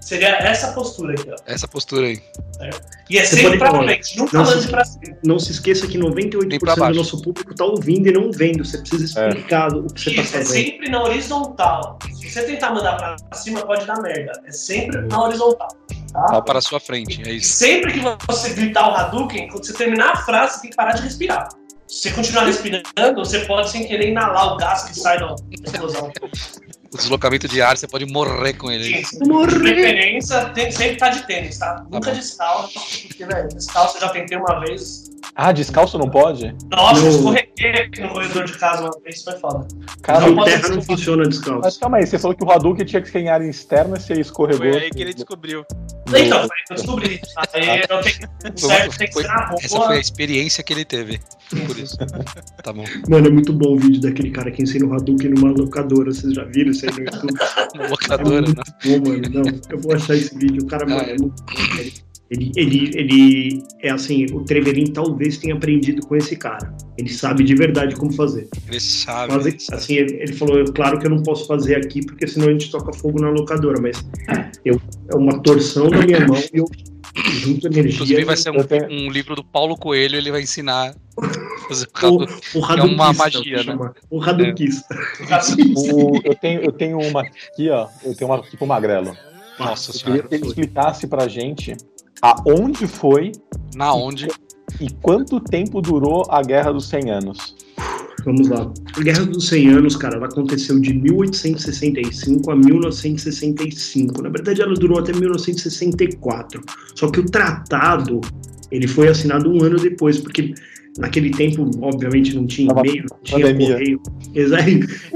S7: Seria essa postura aqui, ó.
S5: É Essa postura aí.
S7: E é
S6: Você
S7: sempre
S6: pode
S7: pra
S6: falar.
S7: frente, nunca
S6: Não se-
S7: lance pra cima.
S6: Não se esqueça que
S5: Tem pra
S6: 98%
S5: baixo. É.
S6: do nosso público tá ouvindo e não vendo. Você precisa explicar o que você tá
S7: Isso, é
S6: fazendo.
S7: sempre na horizontal. Se você tentar mandar pra cima, pode dar merda. É sempre na horizontal.
S3: Tá
S7: Tá?
S5: Para a sua frente, é
S7: E
S5: isso.
S7: sempre que você gritar o Hadouken, quando você terminar a frase, você tem que parar de respirar. Se você continuar respirando, você pode sem querer inalar o gás que sai da explosão.
S5: O deslocamento de ar, você pode morrer com ele.
S7: Gente, de preferência, tem, sempre tá de tênis, tá? Nunca
S5: bom.
S7: descalço, porque, velho, descalço eu já tentei uma vez.
S3: Ah, descalço não pode?
S7: Nossa,
S6: Não.
S7: eu escorreguei aqui no corredor de casa uma vez, foi foda.
S3: Cara,
S7: Não
S6: Em
S7: pode-
S6: terra não funciona
S3: mas
S6: descalço.
S3: calma aí, você falou que o Hadouken tinha que ser em área externa e você escorregou.
S4: Foi aí que ele descobriu.
S3: no-
S7: Então, foi aí que eu descobri. Aí eu tenho, o certo tem que ser na
S5: Essa foi
S7: rua.
S5: a experiência que ele teve. Por isso. Tá bom.
S6: Mano, é muito bom o vídeo daquele cara que ensina o Hadouken numa locadora. Vocês já viram isso aí no YouTube?
S5: Uma locadora, né? Ah,
S6: Pô, mano, não. Eu vou achar esse vídeo. O cara, mano, é muito bom, velho. Ele, ele, ele é assim, o Trevelin talvez tenha aprendido com esse cara. Ele sabe de verdade como fazer.
S5: Ele sabe.
S6: Mas
S5: ele sabe.
S6: assim, ele ele falou, "Eu- claro que eu não posso fazer aqui, porque senão a gente toca fogo na locadora, mas eu, é uma torção na minha mão e eu junto
S5: Inclusive
S6: energia.
S5: vai ser um,
S3: Eu tenho-
S5: um livro do Paulo Coelho, ele vai ensinar a fazer o
S6: o,
S5: caldo.
S6: o
S5: é uma
S6: Hadoukista,
S5: magia,
S6: eu
S5: né?
S6: um chamar. um O Hadouquista.
S3: O- eu, tenho, eu tenho uma aqui, ó. Eu tenho uma aqui pro Magrelo.
S5: Nossa
S3: Eu queria
S5: senhora.
S3: que ele explicasse pra gente aonde foi
S5: Na onde?
S3: e quanto tempo durou a Guerra dos 100 Anos.
S6: Vamos lá. A Guerra dos 100 Anos, cara, ela aconteceu de 1865 a 1965. Na verdade, ela durou até 1964. Só que o tratado, ele foi assinado um ano depois, porque naquele tempo, obviamente, não tinha
S3: Tava
S6: e-mail, não tinha
S3: pandemia.
S6: correio. Exato.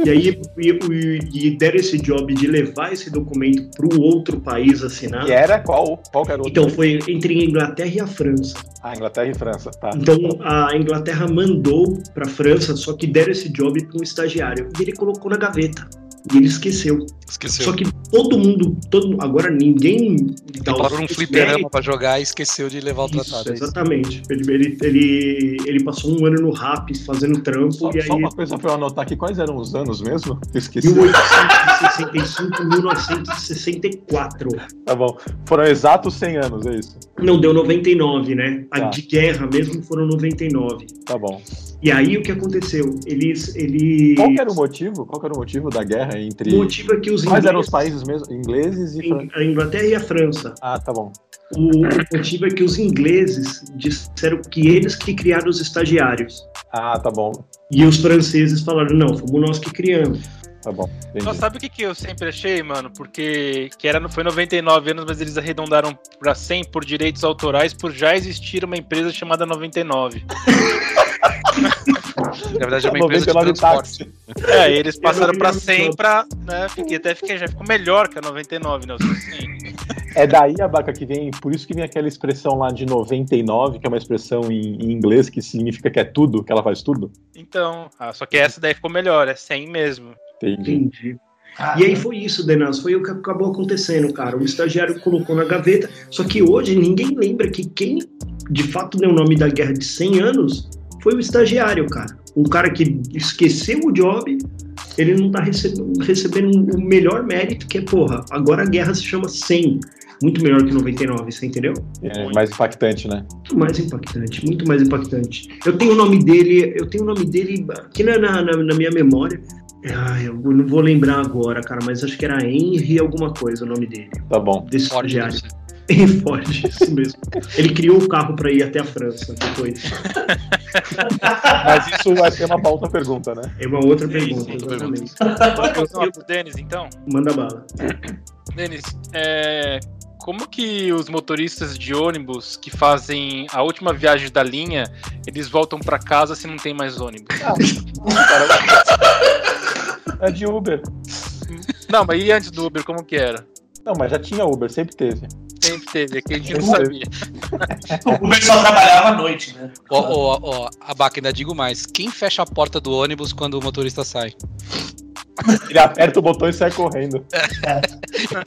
S6: E aí e, e deram esse job de levar esse documento para o outro país assinar.
S3: E era qual? Qual que era o outro?
S6: Então foi entre a Inglaterra e a França.
S3: Ah, Inglaterra e França, tá.
S6: Então a Inglaterra mandou para a França, só que deram esse job para um estagiário e ele colocou na gaveta. E ele esqueceu. Só
S5: Esqueceu.
S6: que todo mundo, todo agora ninguém dá
S5: Ele
S6: os-
S5: parou num
S3: um
S6: os
S5: um fliperama
S3: né,
S6: méritos.
S5: pra jogar e esqueceu de levar o
S6: Isso,
S3: é
S5: tratado.
S6: exatamente. Ele, ele, ele, ele passou um ano no rap fazendo trampo
S3: Só,
S6: e aí
S3: só uma coisa pra eu anotar aqui, quais eram os anos mesmo? Eu Esqueci.
S6: 1865 1964.
S3: Tá bom. Foram exatos 100 anos, é isso.
S6: Não deu 99, né? A
S3: Tá.
S6: de guerra mesmo foram 99.
S3: Tá bom.
S6: E aí o que aconteceu? Eles eles
S3: Qual que era o motivo? Qual que era o motivo da guerra entre.
S6: o motivo é que os
S3: Quais eram
S6: ingleses-
S3: os países mesmo? Ingleses e fran...
S6: a Inglaterra e a França.
S3: Ah, tá bom.
S6: O motivo é que os ingleses disseram que eles que criaram os estagiários.
S3: Ah, tá bom.
S6: E os franceses falaram, não, fomos nós que criamos.
S3: Tá bom. Entendi.
S4: Nossa, sabe o que, que eu sempre achei, mano? Porque que era, foi 99 anos, mas eles arredondaram pra 100 por direitos autorais por já existir uma empresa chamada 99.
S5: Na verdade é uma empresa de
S3: 99
S5: transporte.
S3: táxi.
S4: É, eles passaram pra
S6: 99.
S4: 100 pra. Né, fiquei, até fiquei, já ficou melhor que a 99, né? o 100.
S3: É daí a vaca que vem, por isso que vem aquela expressão lá de 99, que é uma expressão em, em inglês que significa que é tudo, que ela faz tudo.
S4: Então, ah, só que essa daí ficou melhor, é 100 mesmo.
S3: Entendi.
S6: Entendi. E aí foi isso, Denas, foi o que acabou acontecendo, cara. O estagiário colocou na gaveta, só que hoje ninguém lembra que quem de fato deu o nome da guerra de 100 anos foi o estagiário, cara. Um cara que esqueceu o job, ele não tá recebendo, recebendo o melhor mérito, que é, porra, agora a guerra se chama 100. Muito melhor que 99, você entendeu?
S3: É mais impactante, né?
S6: Muito mais impactante, muito mais impactante. Eu tenho o nome dele, eu tenho o nome dele aqui na, na, na- na minha memória. Ah, eu não vou lembrar agora, cara, mas acho que era Henry alguma coisa o nome dele.
S3: Tá bom.
S6: Desse
S5: Ford,
S6: estagiário. Henry Ford, isso mesmo. Ele criou o carro pra ir até a França depois.
S3: Mas isso vai ser uma pauta pergunta, né?
S6: É uma outra
S4: Sim,
S6: pergunta,
S4: sim,
S6: exatamente.
S4: Posso fazer uma pro Denis, então?
S6: Manda bala.
S4: Denis, é, como que os motoristas de ônibus que fazem a última viagem da linha, eles voltam pra casa se não tem mais ônibus?
S3: É de Uber.
S4: Não, mas e antes do Uber, como que era?
S3: Não, mas já tinha Uber, sempre teve.
S4: Sempre teve, é que a gente não
S3: Sempre
S4: sabia.
S7: O Uber só trabalhava à noite, né?
S5: Ó, ó, ó, abaca, ainda digo mais. Quem fecha a porta do ônibus quando o motorista sai?
S3: Ele aperta o botão e sai correndo.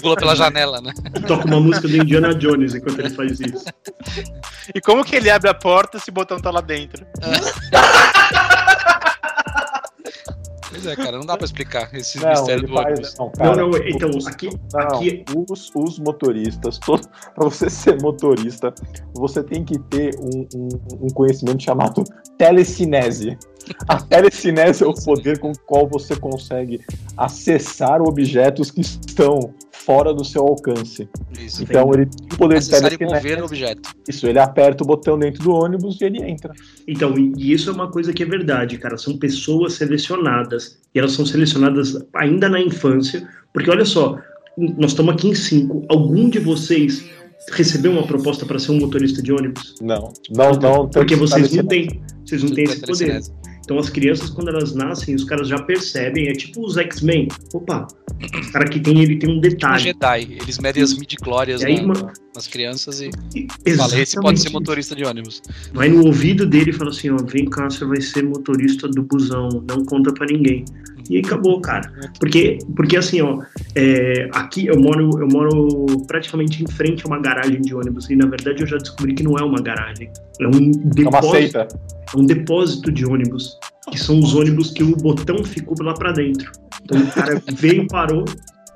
S5: Pula pela janela, né?
S6: Toca uma música do Indiana Jones enquanto ele faz isso.
S4: E como que ele abre a porta se o botão tá lá dentro?
S5: Pois é, cara, não dá pra explicar esse
S3: Não,
S5: mistério
S3: ele
S5: do ônibus.
S3: faz. Não, cara.
S6: Não, não, então, aqui,
S3: Não,
S6: aqui é-
S3: os, os motoristas, todo, pra você ser motorista, você tem que ter um, um- um conhecimento chamado telecinese. A telecinese é o poder com o qual você consegue acessar objetos que estão fora do seu alcance.
S6: um
S5: Isso. É
S3: Então ele tem o poder de
S5: Necessário
S6: é
S3: telecinese.
S5: mover o objeto.
S3: Isso, ele aperta o botão dentro do ônibus e ele entra.
S6: Então, e e isso é uma coisa que é verdade, cara. São pessoas selecionadas. E elas são selecionadas ainda na infância. Porque olha só, n- nós estamos aqui em cinco. Algum de vocês recebeu uma proposta para ser um motorista de ônibus?
S3: Não, não, não. tanto
S6: Porque vocês não
S3: telecinese.
S6: têm. Vocês não têm esse poder.
S5: Telecinese.
S6: Então as crianças, quando elas nascem, os caras já percebem, é tipo os X-Men. Opa, o cara que tem, ele tem um
S5: Um
S6: detalhe.
S5: Jedi. Eles medem as midi-glórias
S6: E aí,
S5: na-
S6: mano-
S5: nas crianças e
S6: E-
S5: né? falei, esse pode ser
S6: exatamente
S5: motorista de ônibus.
S6: Vai no ouvido dele e fala assim, ó, vem cá, você vai ser motorista do busão, não conta pra ninguém. E aí acabou, cara. Porque, porque assim, ó, é, aqui eu moro, eu moro praticamente em frente a uma garagem de ônibus. E na verdade eu já descobri que não é uma garagem. É
S3: É
S6: um
S3: uma
S6: depósito,
S3: seita.
S6: é um depósito de ônibus. Que são os ônibus que o botão ficou lá pra dentro. Então o cara veio, parou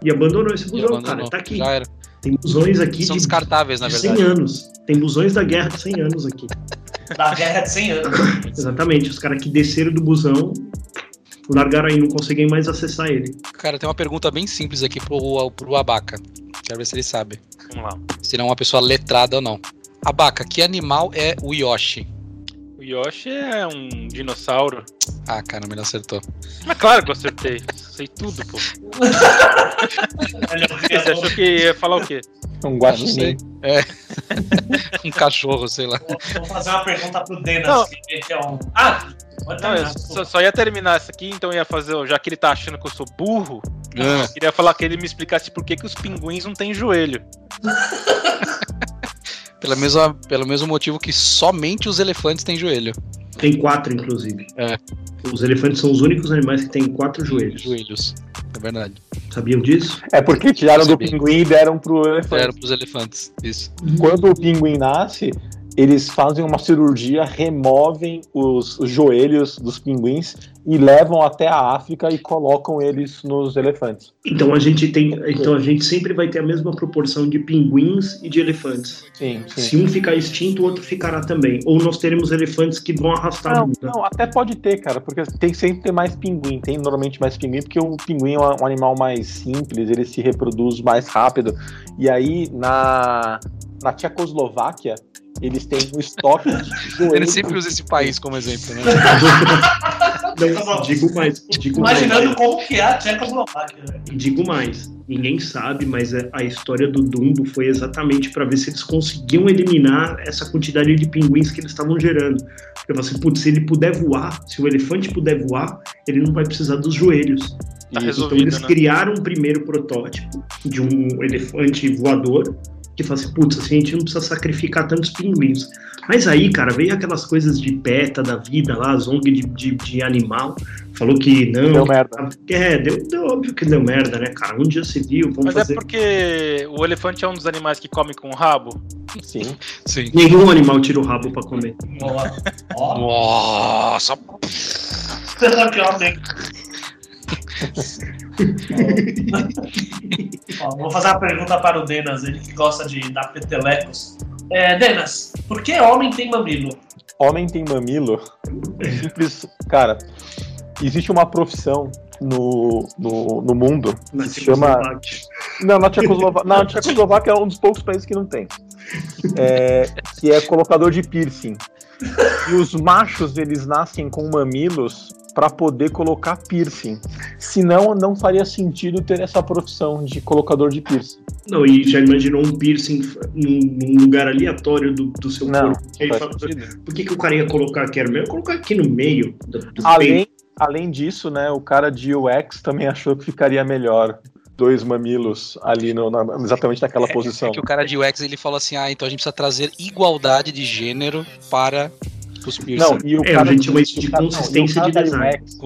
S6: e abandonou esse
S5: E
S6: busão,
S5: abandonou.
S6: cara. Tá aqui.
S5: Já era.
S6: Tem busões aqui
S5: São
S6: de,
S5: descartáveis, na
S6: de 100
S5: verdade.
S6: anos. Tem busões da guerra de 100 anos aqui.
S7: Da guerra de 100 anos.
S6: Exatamente, os caras que desceram do busão largaram aí, não conseguem mais acessar ele.
S5: Cara, tem uma pergunta bem simples aqui pro, pro Abaca. Quero ver se ele sabe.
S4: Vamos lá.
S5: Se ele é uma pessoa letrada ou não. Abaca, que animal é o Yoshi?
S4: O Yoshi é um dinossauro.
S5: Ah, cara, melhor acertou.
S4: Mas claro que eu acertei. Sei tudo, pô.
S7: Ele é o
S4: Você
S7: criador
S4: achou que ia falar o quê?
S3: Um
S5: Ah, não sei.
S3: guaxinim.
S5: Um cachorro, sei lá.
S7: Vou- Vou fazer uma pergunta pro
S4: Não.
S7: Denas, que que é um. Ah! Pode
S4: Não, eu
S7: terminar,
S4: só,
S7: desculpa.
S4: só ia terminar isso aqui, então eu ia fazer. ó, Já que ele tá achando que eu sou burro, eu queria falar que ele me explicasse por que, que os pinguins não têm joelho.
S5: Pelo mesmo, pelo mesmo motivo que somente os elefantes têm joelho.
S6: Tem quatro, inclusive.
S5: É.
S6: Os elefantes são os únicos animais que têm quatro joelhos.
S5: Joelhos. É verdade.
S6: Sabiam disso?
S3: É porque tiraram do
S5: Sabia.
S3: pinguim e deram pro elefante.
S5: Era pros elefantes. Isso.
S3: Quando o pinguim nasce, eles fazem uma cirurgia, removem os, os joelhos dos pinguins e levam até a África e colocam eles nos elefantes.
S6: Então a gente tem. Então a gente sempre vai ter a mesma proporção de pinguins e de elefantes.
S3: Sim, sim.
S6: Se um ficar extinto, o outro ficará também. Ou nós teremos elefantes que vão arrastar a
S3: Não,
S6: muda.
S3: não, até pode ter, cara, porque tem sempre tem mais pinguim, tem normalmente mais pinguim, porque o pinguim é um animal mais simples, ele se reproduz mais rápido. E aí, na, na Tchecoslováquia, eles têm um estoque de
S5: Ele
S3: joelhos.
S5: sempre usa esse país como exemplo, né?
S6: Não, digo mais. Digo mais.
S7: Imaginando como que é a Tchecoslováquia, né? velho.
S6: E digo mais, ninguém sabe, mas é, a a história do Dumbo foi exatamente para ver se eles conseguiam eliminar essa quantidade de pinguins que eles estavam gerando. Porque eu falei assim, putz, se ele puder voar, se o elefante puder voar, ele não vai precisar dos joelhos.
S4: Tá
S6: E, então
S4: resolvido,
S6: eles
S4: né?
S6: criaram um primeiro protótipo de um elefante voador que fala assim, putz, assim, a gente não precisa sacrificar tantos pinguins. Mas aí, cara, veio aquelas coisas de beta da vida lá, as ONG de, de, de animal, falou que não,
S3: Deu merda.
S6: é, deu, deu- óbvio que deu merda, né, cara? Um dia se viu, vamos
S4: Mas é
S6: fazer.
S4: porque o elefante é um dos animais que come com o rabo.
S3: Sim.
S5: Sim.
S6: Nenhum animal tira o rabo pra comer.
S7: Ó, Ó,
S5: Nossa,
S7: Ó, que é ordem. Ó, Vou fazer uma pergunta para o Denas, ele que gosta de dar petelecos. É, Denas, por que homem tem mamilo?
S3: Homem tem mamilo. Simples. Cara, existe uma profissão no, no, no mundo
S6: Na
S3: Se chama-
S6: Tchecoslováquia.
S3: Não, na Tchecoslováquia, na Tchecoslováquia é um dos poucos países que não tem. É, que é colocador de piercing. E os machos, eles nascem com mamilos para poder colocar piercing. Senão, não faria sentido ter essa profissão de colocador de piercing.
S6: Não, e já imaginou um piercing num, num lugar aleatório do, do seu
S3: Não,
S6: corpo. E aí
S3: faz
S6: fala,
S3: sentido.
S6: por que, que o cara ia colocar aqui no meio? Eu colocar aqui no meio do, do peito.
S3: Além, além disso, né, o cara de UX também achou que ficaria melhor dois mamilos ali, no- na- exatamente naquela posição.
S5: É que o cara de UX ele falou assim: ah, então a gente precisa trazer igualdade de gênero para os
S3: Não,
S5: piercing.
S3: e o
S6: É,
S3: cara
S6: a gente chama isso
S3: o
S6: de
S3: cara- não, e o
S6: consistência
S3: cara
S6: de
S3: da
S6: design. é
S3: UX, O cara da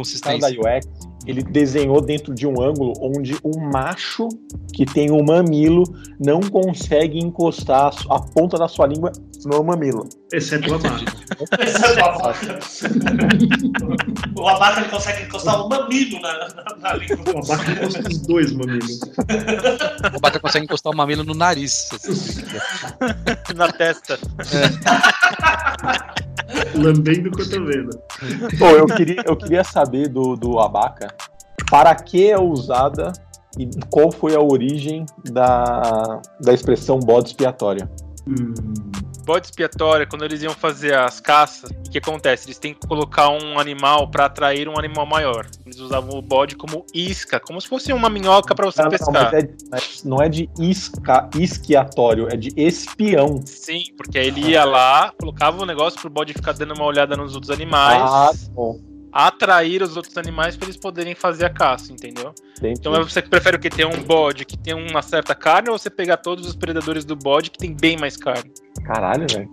S5: Consistência.
S3: UX, ele desenhou dentro de um ângulo onde um macho que tem um mamilo não consegue encostar a su- a ponta da sua língua no mamilo.
S6: Exceto o abaco.
S7: Exceto o abaca. O abaca ele consegue encostar o mamilo na, na, na língua.
S6: O abaco custa os dois, meu amigo.
S5: O Baca consegue encostar o mamilo no nariz. se você quiser.
S4: Na testa.
S6: Lambendo o cotovelo.
S3: Pô, eu queria, eu queria saber do, do abaca para que é usada e qual foi a origem da, da expressão bode expiatória.
S6: Hum.
S4: Bode expiatório, é quando eles iam fazer as caças, o que acontece? Eles têm que colocar um animal pra atrair um animal maior. Eles usavam o bode como isca, como se fosse uma minhoca pra você
S3: Não, não,
S4: pescar.
S3: mas é- mas não é de isca, isquiatório, é de espião.
S4: Sim, porque aí ele ia lá, colocava o negócio pro bode ficar dando uma olhada nos outros animais.
S3: Ah, bom.
S4: atrair os outros animais pra eles poderem fazer a caça, entendeu? Então é você que prefere o que? Ter um bode que tem uma certa carne ou você pegar todos os predadores do bode que tem bem mais carne?
S3: Caralho, velho.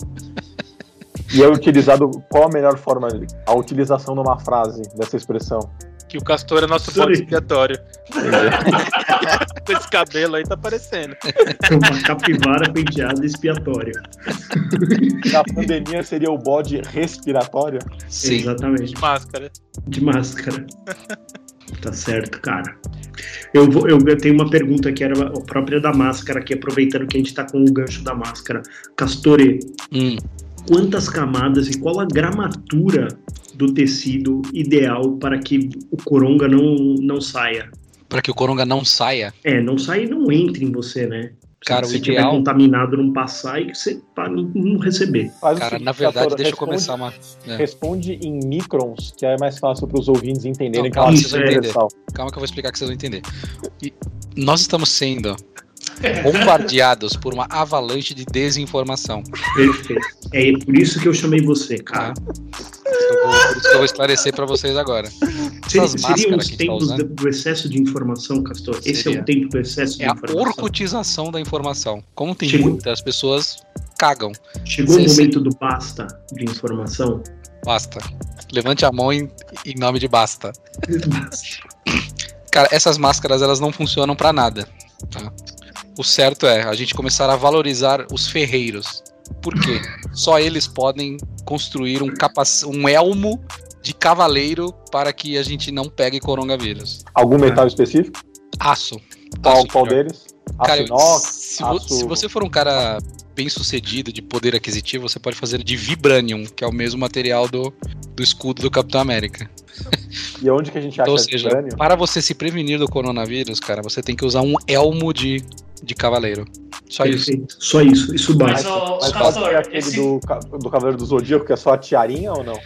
S3: E é utilizado. Qual a melhor forma? A utilização numa frase dessa expressão.
S4: Que o castor é nosso
S6: Isso
S4: bode
S6: aí.
S4: expiatório. Com esse cabelo aí tá aparecendo.
S6: É Uma capivara penteada expiatória.
S3: Na pandemia seria o bode respiratório?
S5: Sim.
S6: Exatamente.
S4: De máscara.
S6: De máscara. Tá certo, cara. Eu, vou, eu, eu tenho uma pergunta que era a própria da máscara, aqui, aproveitando que a gente tá com o gancho da máscara. Castore,
S5: Hum.
S6: quantas camadas e qual a gramatura do tecido ideal para que o coronga não, não saia?
S5: Pra que o coronga não saia.
S6: É, não saia e não entre em você, né? Se
S5: Cara, o
S6: você
S5: ideal-
S6: tiver contaminado, não passar e você para não, não receber.
S3: Faz o
S5: Cara,
S3: seguinte,
S5: na verdade,
S3: Satoru,
S5: deixa eu
S3: responde-
S5: começar uma. É.
S3: Responde em microns, que é mais fácil para os ouvintes entenderem
S5: Não, é calma,
S3: que é
S6: vocês vão
S5: entender.
S3: universal.
S5: Calma que eu vou explicar que vocês vão entender. E nós estamos sendo bombardeados por uma avalanche de desinformação.
S6: Perfeito. É por isso que eu chamei você, cara.
S5: Eu vou- por isso que eu vou esclarecer pra vocês agora. É
S6: Seria,
S5: Essas
S6: seria
S5: máscaras
S6: os
S5: que a gente tá
S6: tempos
S5: usando
S6: do, do excesso de informação, Castor? Esse é
S5: Seria.
S6: o tempo do excesso de
S5: é a
S6: informação.
S5: orcutização da informação. Como tem
S6: Chegou.
S5: muita, as pessoas cagam.
S6: Chegou
S5: Sim,
S6: o
S5: sim.
S6: momento do basta de informação.
S5: Basta. Levante a mão em, em nome de basta. Cara, essas máscaras elas não funcionam pra nada. tá? O certo é a gente começar a valorizar os ferreiros. Por quê? Só eles podem construir um, capac... um elmo de cavaleiro para que a gente não pegue coronavírus.
S3: Algum metal específico?
S5: Aço.
S3: Qual,
S5: Aço
S3: qual
S5: melhor.
S3: deles?
S5: Tá, Cara,
S3: Aço inox?
S5: se, vo-
S3: aço-
S5: se você for um cara bem sucedido de poder aquisitivo, você pode fazer de vibranium, que é o mesmo material do, do escudo do Capitão América.
S3: E onde que é a gente acha
S5: Então, ou seja,
S3: crânio?
S5: para você se prevenir do coronavírus, cara, você tem que usar um elmo de, de cavaleiro. Só isso.
S6: Perfeito. Só isso. Isso
S7: Mas,
S6: basta.
S7: ô,
S3: Mas pode ser
S7: ô, Castor,
S3: é aquele
S7: esse,
S3: do, ca- do Cavaleiro do Zodíaco, que é só a tiarinha ou não?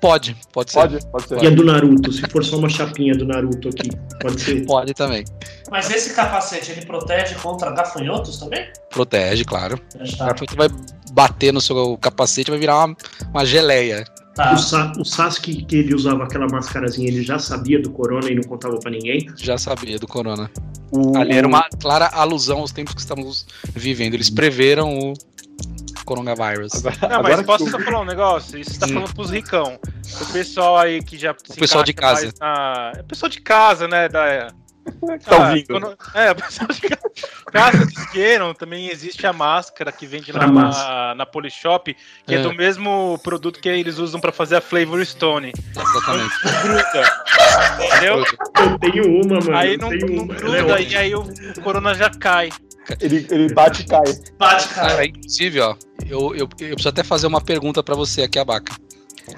S5: Pode, pode ser. Pode,
S3: Pode? Pode ser.
S6: E a do Naruto, se for só uma chapinha do Naruto aqui, pode ser.
S5: também.
S7: mas esse capacete, ele protege contra gafanhotos também?
S5: Protege, claro.
S7: Tá,
S5: Você vai bater no seu capacete vai virar uma, uma geleia.
S7: tá.
S6: O, Sa o Sasuke, que ele usava aquela mascarazinha, ele já sabia do corona e não contava pra ninguém.
S5: Já sabia do corona.
S3: O-
S5: Ali era uma clara alusão aos tempos que estamos vivendo. Eles preveram o coronavírus.
S4: Não,
S3: Agora
S4: mas posso
S3: que
S4: só falar um negócio? Isso tá
S5: Hum.
S4: falando pros ricão. O pessoal aí que já. O
S5: pessoal de casa.
S4: Na... É O pessoal de casa, né? Da...
S3: Tá
S4: Ah,
S3: ouvindo.
S4: quando- É, o pessoal de casa. Caso vocês queiram, também existe a máscara que vende lá
S6: Pra
S4: na, na Polishop, que é.
S5: É.
S4: do mesmo produto que eles usam pra fazer a Flavor Stone.
S5: Exatamente.
S4: Gruda. Entendeu?
S6: Eu tenho uma, mano.
S4: Aí
S6: eu
S4: não,
S6: tenho
S4: não
S6: uma. Ela é
S4: gruda
S6: ótima.
S4: e aí o corona já cai.
S3: Ele, ele bate e cai.
S7: Bate, cara.
S5: Cara, inclusive, ó, eu, eu, eu preciso até fazer uma pergunta pra você aqui, Abaca.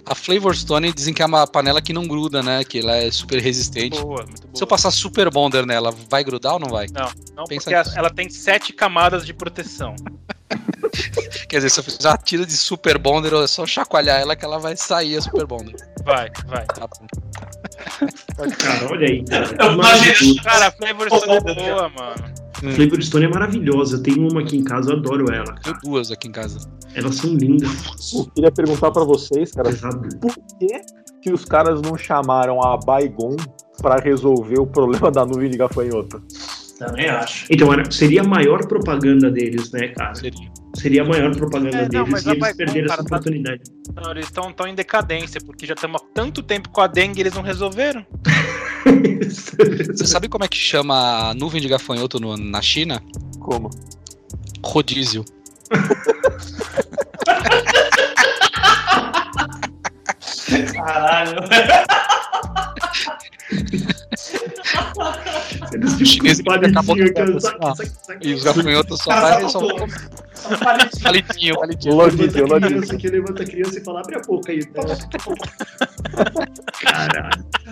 S5: A Flavorstone dizem que é uma panela que não gruda, né? Que ela é super resistente.
S4: Boa, muito boa.
S5: Se eu passar Super Bonder nela, vai grudar ou não vai?
S4: Não,
S5: pensa
S4: porque
S5: nisso.
S4: ela tem sete camadas de proteção.
S5: Quer dizer, se eu fizer uma tira de Super Bonder, é só chacoalhar ela que ela vai sair a Super Bonder.
S4: Vai, vai.
S5: Tá bom.
S6: Cara, olha aí. Cara.
S7: Eu imagino-
S4: Cara, a Flavor Stone é boa, mano.
S6: Flavor Stone é maravilhosa. Eu tenho uma aqui em casa, eu adoro ela.
S5: Tenho duas aqui em casa.
S6: Elas são lindas.
S3: Eu queria perguntar pra vocês, cara,
S6: Pesado.
S3: por que, que os caras não chamaram a Baigon pra resolver o problema da nuvem de gafanhoto?
S7: Também acho.
S6: Então, era, seria a maior propaganda deles, né, cara? Seria a maior propaganda
S4: É, não,
S6: deles
S4: mas
S6: e
S4: a
S6: eles
S4: Baigon,
S6: perderam
S4: cara,
S6: essa
S4: tá-
S6: oportunidade.
S4: Não, eles estão tão em decadência, porque já estamos há tanto tempo com a dengue e eles não resolveram.
S5: Você sabe como é que chama a nuvem de gafanhoto no- na China?
S3: Como?
S5: Rodízio.
S7: Caralho.
S6: Eles
S5: O chinês
S6: ficam com
S5: acabou
S6: palitinho
S5: com
S6: aqui,
S5: o
S6: saca,
S5: pé,
S6: saca, saca.
S5: E os gafanhotos só
S7: Cara,
S6: tá
S5: fazem
S7: só
S5: só
S7: faltou. Só palitinho.
S5: palitinho, palitinho.
S3: Lodízio,
S6: Levanta a
S3: lodízio.
S6: criança aqui, levanta a criança e fala, abre a boca aí.
S5: O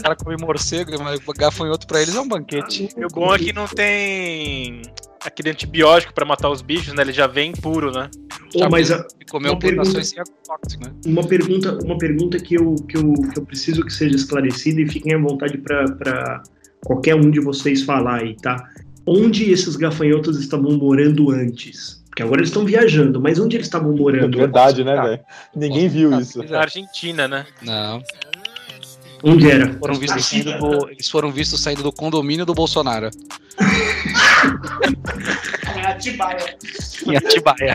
S5: cara come morcego, mas gafanhoto pra eles é um banquete.
S4: E o bom é que não tem aquele antibiótico pra matar os bichos, né? Ele já vem puro, né?
S6: Ô, mas a-
S5: E comeu
S6: Uma pergunta.
S5: plantações sem agrotóxico, né?
S6: uma pergunta, uma pergunta que, eu, que, eu, que eu preciso que seja esclarecida e fiquem à vontade para qualquer um de vocês falar aí, tá? Onde esses gafanhotos estavam morando antes? Porque agora eles estão viajando, mas onde eles estavam
S3: É
S6: morando?
S3: verdade, né,
S5: Tá.
S3: velho? Ninguém viu isso.
S4: Na Argentina, né?
S5: Não.
S6: Onde era?
S5: Foram vistos
S7: Achei.
S5: saindo
S6: tá-
S5: do- eles foram vistos saindo do condomínio do Bolsonaro,
S7: É Atibaia.
S5: em Atibaia. é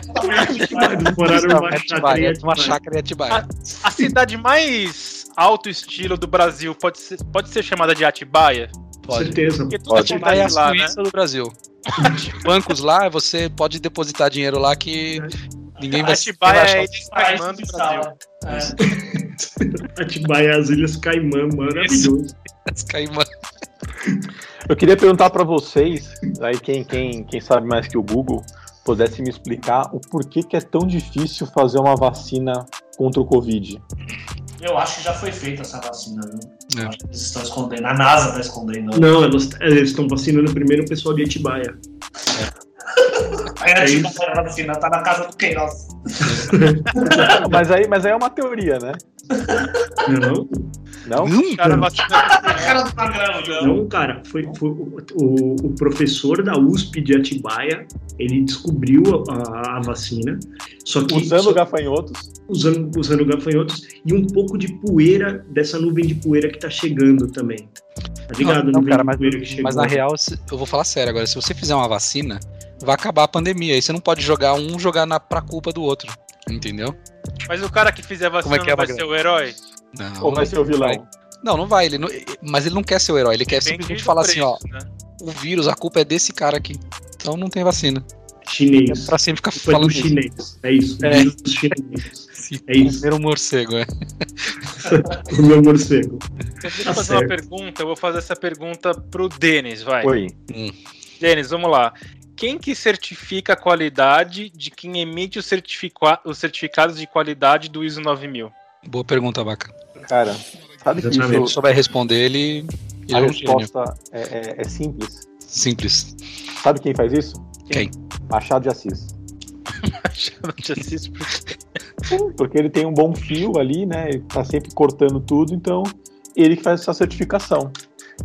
S6: Eles moraram numa
S5: Atibaia,
S6: chácara.
S5: uma chácara em
S6: Ah,
S5: Atibaia.
S4: A cidade mais alto estilo do Brasil pode ser, pode ser chamada de Atibaia?
S6: Com certeza.
S4: Porque tudo
S3: Pode.
S5: Atibaia é a
S4: acontece lá, né?
S5: Suíça do Brasil. Bancos lá, você pode depositar dinheiro lá
S6: É.
S5: que ninguém vai
S4: Atibaia
S5: ninguém vai
S4: é
S5: achar.
S4: eles
S7: País
S4: Fernando do
S7: bizarro.
S4: Brasil.
S7: É.
S6: Atibaia, as Ilhas Caimã, maravilhoso.
S5: Caimã.
S3: Eu queria perguntar pra vocês, aí quem, quem, quem sabe mais que o Google, pudesse me explicar o porquê que é tão difícil fazer uma vacina contra o Covid.
S7: É. Eu acho que já foi feita essa vacina, viu?
S5: É.
S7: Acho que Eles estão escondendo. A NASA está escondendo.
S6: Não, elas- eles estão vacinando primeiro o pessoal de Atibaia.
S7: Aí
S6: É
S7: a gente
S6: isso.
S7: tá vacina, tá na casa do Queiroz.
S3: Mas aí, mas aí é uma teoria, né?
S6: Não,
S3: Não?
S4: O cara vacina
S7: A cara do Magrão, não.
S6: não, Então, cara. Foi, foi o, o- o professor da USP de Atibaia, ele descobriu a, a- a vacina, só que
S3: Usando
S6: só-
S3: gafanhotos.
S6: usando, usando gafanhotos e um pouco de poeira dessa nuvem de poeira que tá chegando também. Tá ligado? A
S5: Não,
S6: nuvem
S5: cara,
S6: de
S5: mas,
S6: poeira que chegou.
S5: mas na real, se- eu vou falar sério agora. Se você fizer uma vacina, vai acabar a pandemia. Aí você não pode jogar um jogar na, pra culpa do outro. Entendeu?
S4: Mas o cara que fizer a vacina
S5: Como é que
S4: não
S5: é,
S4: vai
S5: Magrão?
S4: ser o herói?
S5: Não,
S3: Ou vai ser o vilão?
S5: vai. não, não vai. Ele não- mas ele não quer ser o herói. Ele quer simplesmente falar assim: ó,
S4: né?
S5: o vírus, a culpa é desse cara aqui. Então não tem vacina. É
S6: Chinês.
S5: pra sempre ficar
S6: Foi
S5: falando
S6: do
S5: isso.
S6: chinês. É isso.
S5: É.
S6: Dos chineses.
S5: Se
S6: É isso.
S5: comer um morcego, é.
S6: O meu morcego.
S4: Então, Deixa eu
S6: Tá
S4: fazer uma
S6: certo.
S4: pergunta, eu vou fazer essa pergunta pro Denis, vai.
S3: Oi.
S4: Denis, vamos lá. Quem que certifica a qualidade de quem emite os, certifica- os certificados de qualidade do ISO 9000?
S5: Boa pergunta, Baca.
S3: Cara, sabe que
S5: Se eu
S3: isso,
S5: souber responder, ele. Ele
S3: a
S5: é um gênio.
S3: resposta é, é- é simples?
S5: Simples.
S3: Sabe quem faz isso?
S5: Quem?
S3: Machado de Assis.
S4: Não te assisto porque
S3: Porque ele tem um bom fio ali, né? Ele tá sempre cortando tudo, então ele que faz essa certificação.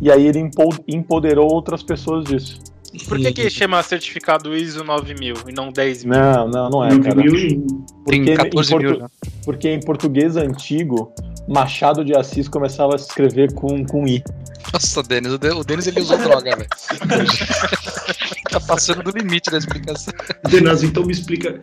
S3: E aí ele empo- empoderou outras pessoas disso.
S4: Por que, que chama certificado ISO 9000 e não 10000?
S3: Não, não, não é, cara.
S6: 9001.
S5: Tem
S3: Porque,
S5: 14
S3: em
S5: mil.
S3: portu-
S5: né?
S3: porque em português antigo, Machado de Assis começava a se escrever com, com I.
S5: Nossa, Denis, o De- o Denis ele usou droga, velho. tá passando do limite da explicação.
S6: Denaz, então me explica.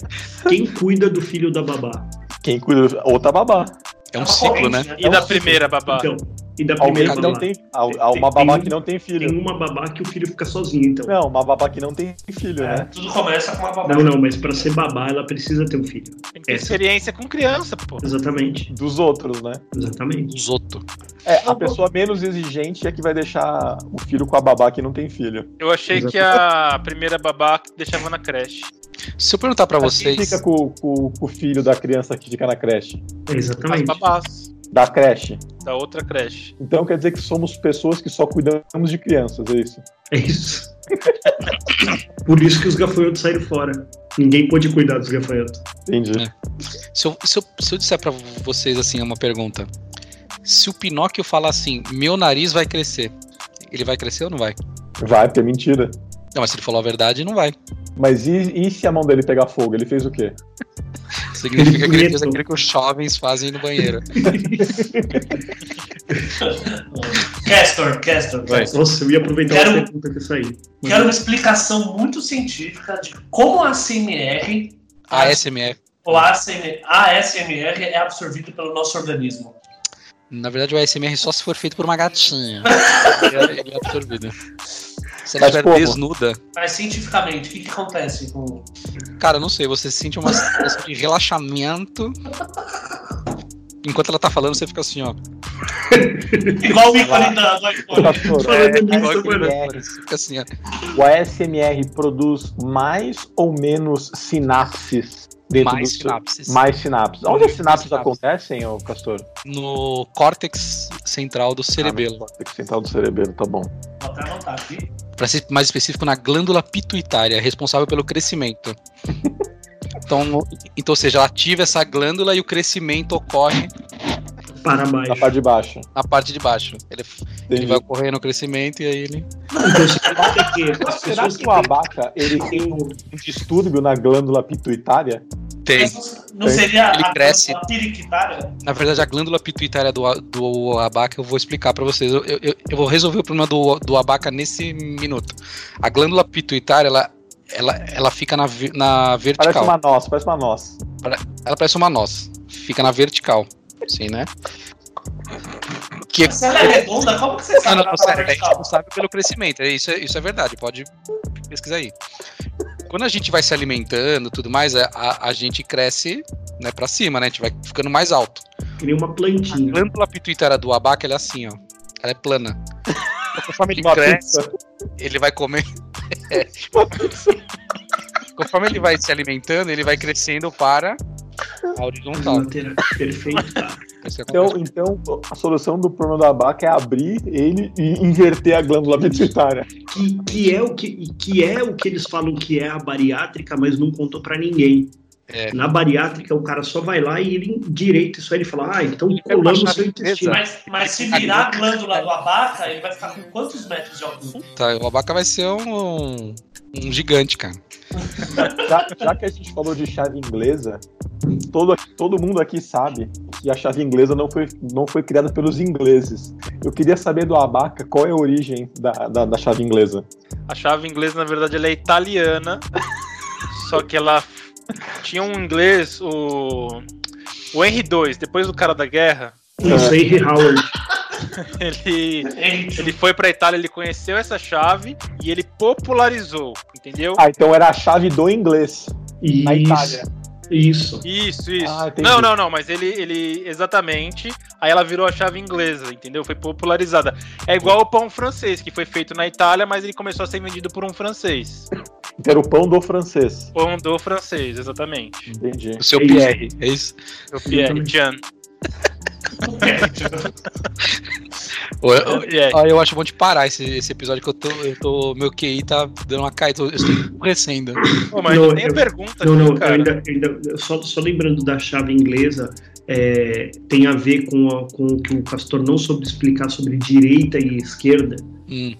S6: Quem cuida do filho da babá?
S3: Quem cuida. Outra babá.
S5: É um
S3: Tá
S5: ciclo, né?
S4: E da primeira, babá?
S6: Então, e da
S3: Alguém
S6: primeira
S3: que
S5: então
S3: não
S6: babá?
S3: tem. al- al- Uma
S6: Tem-
S3: babá
S6: tem-
S3: que não tem
S6: Tem
S3: filho.
S6: uma babá que o filho fica sozinho, então.
S3: Não, uma babá que não tem filho,
S7: É,
S3: né?
S7: tudo começa com uma babá.
S6: Não, não, mas pra ser babá ela precisa ter um filho.
S4: Tem que ter
S6: Essa.
S4: experiência com criança, pô.
S6: Exatamente,
S3: Dos outros, né?
S6: exatamente.
S5: Os outros.
S3: É, a pessoa menos exigente é que vai deixar o filho com a babá que não tem filho.
S4: Eu achei que a primeira babá deixava na creche.
S5: Se eu perguntar pra
S3: Mas Quem
S5: vocês.
S3: Tá fica com, com- com o filho da criança que fica na creche?
S6: É,
S4: As
S6: exatamente.
S4: babás
S3: Da creche.
S4: da outra creche.
S3: Então quer dizer que somos pessoas que só cuidamos de crianças, é isso?
S6: É isso. Por isso que os gafanhotos saíram fora. Ninguém pôde cuidar dos gafanhotos.
S3: Entendi.
S5: Se eu, se, eu, se eu disser pra vocês assim uma pergunta. Se o Pinóquio falar assim, meu nariz vai crescer, ele vai crescer ou não vai?
S3: Vai, porque é mentira.
S5: Não, mas se ele falou a verdade, não vai.
S3: Mas e, e se a mão dele pegar fogo? Ele fez o quê?
S5: Significa que ele fez
S6: Bonito.
S5: aquilo que os jovens fazem no banheiro.
S7: Castor, Castor,
S5: Vai.
S7: Castor.
S6: Nossa, eu ia aproveitar
S7: Quero-
S6: uma pergunta que eu saí.
S7: Quero uma explicação muito científica de como a CMR,
S3: Ah.
S5: A SMF.
S7: ou a ASMR, a ASMR é absorvida pelo nosso organismo.
S5: Na verdade, o ASMR só se for feito por uma gatinha. Ele é- ele é absorvido. Se ela
S3: Mas
S5: estiver
S3: como?
S5: desnuda,
S7: Mas cientificamente, o que, que acontece com.
S5: Cara, eu não sei, você sente uma sensação de relaxamento. Enquanto ela tá falando, você fica assim, ó.
S7: Igual o ícone da do iPhone.
S3: Tá chorando.
S5: É,
S6: Falando nisso,
S5: igual aquele
S6: mano.
S5: meme, Você fica assim, ó.
S3: O ASMR produz mais ou menos sinapses dentro
S5: Mais
S3: do
S5: sinapses.
S3: Seu... Mais sinapses. Onde as sinapses acontecem, ô Castor?
S5: No córtex central do cerebelo.
S3: Ah, no córtex central do cerebelo, tá bom.
S7: Vou até anotar aqui.
S5: Pra ser mais específico, na glândula pituitária, responsável pelo crescimento. Então, então, ou seja, ela ativa essa glândula e o crescimento ocorre
S3: Na
S6: Para baixo.
S3: parte de baixo.
S5: na parte de baixo. Ele, ele
S3: Entendi.
S5: vai ocorrendo o crescimento e aí ele.
S6: Então, significa que as
S3: Será
S6: pessoas
S3: que o abaca ele tem um distúrbio na glândula pituitária?
S5: Tem.
S7: Mas não- não seria
S5: Ele
S7: a,
S5: cresce.
S7: a piriquitária?
S5: Na verdade, a glândula pituitária do, a- do abaca eu vou explicar pra vocês. Eu, eu, eu vou resolver o problema do, do abaca nesse minuto. A glândula pituitária, ela, ela, ela fica na, ve- na
S3: Parece
S5: vertical.
S3: uma noz, parece uma noz.
S5: Ela parece uma noz. Fica na vertical. Sim, né? Que...
S7: Se ela é redonda, como que você
S5: Não,
S7: sabe
S5: não, né?
S7: que ela tá
S5: sério, a gente
S7: vertical?
S5: não sabe pelo crescimento. é Isso é, isso é verdade, pode pesquisar aí. Quando a gente vai se alimentando e tudo mais, a, a, a gente cresce né, pra cima, né? A gente vai ficando mais alto.
S6: Cria uma
S5: A
S6: plantinha.
S5: glândula pituitária do abaca, ela é assim, ó. Ela é plana. Conforme ele
S3: Uma
S5: cresce,
S3: pizza.
S5: ele vai comer. Conforme ele vai se alimentando, ele vai crescendo para a horizontal.
S6: Lateral. Perfeito, cara.
S5: É isso que
S3: Então,
S5: acontece.
S3: então, a solução do problema da abaca é abrir ele e inverter a glândula pituitária.
S6: Que, que, é o que, que é o que eles falam que é a bariátrica, mas não contou pra ninguém.
S5: É.
S6: Na bariátrica, o cara só vai lá e ele direito isso aí. Ele fala, ah, então
S5: é
S6: colamos
S5: uma
S6: seu intestino.
S7: Mas, mas se virar a glândula do abaca, ele vai ficar com quantos metros de altura?
S5: Tá, o abaca vai ser um, um gigante, cara.
S3: Já, já que a gente falou de chave inglesa, todo, todo mundo aqui sabe que a chave inglesa não foi, não foi criada pelos ingleses. Eu queria saber do abaca qual é a origem da, da, da chave inglesa.
S4: A chave inglesa, na verdade, ela é italiana. só que ela tinha um inglês, o. O Henry II, depois do cara da guerra,
S6: Não sei, Howard.
S4: ele,
S7: Ele-
S4: ele foi pra Itália, ele conheceu essa chave e ele popularizou, entendeu?
S3: Ah, então era a chave do inglês na
S6: Isso.
S3: Itália.
S6: Isso.
S4: Isso, isso.
S3: Ah, entendi.
S4: não, não, não, mas ele, ele. Exatamente. Aí ela virou a chave inglesa, entendeu? Foi popularizada. É igual o pão francês, que foi feito na Itália, mas ele começou a ser vendido por um francês.
S3: Que era o pão do francês.
S4: Pão do francês, exatamente.
S3: Entendi.
S5: O seu
S6: É isso.
S5: Pierre, é isso?
S4: O Pierre
S6: Exatamente.
S4: Jean.
S5: Ou- ou-
S4: Pierre.
S5: ó, eu acho bom de parar esse, esse episódio que eu tô, eu tô. Meu QI tá dando uma caída, eu estou enlouquecendo.
S4: Pô, mas
S6: Não,
S4: tem a
S6: eu-
S4: pergunta
S6: Não,
S4: aqui,
S6: não, eu
S4: cara.
S6: ainda, ainda- eu só, só lembrando da chave inglesa, é, tem a ver com, a- com o que o Castor não soube explicar sobre direita e esquerda.
S5: Hum.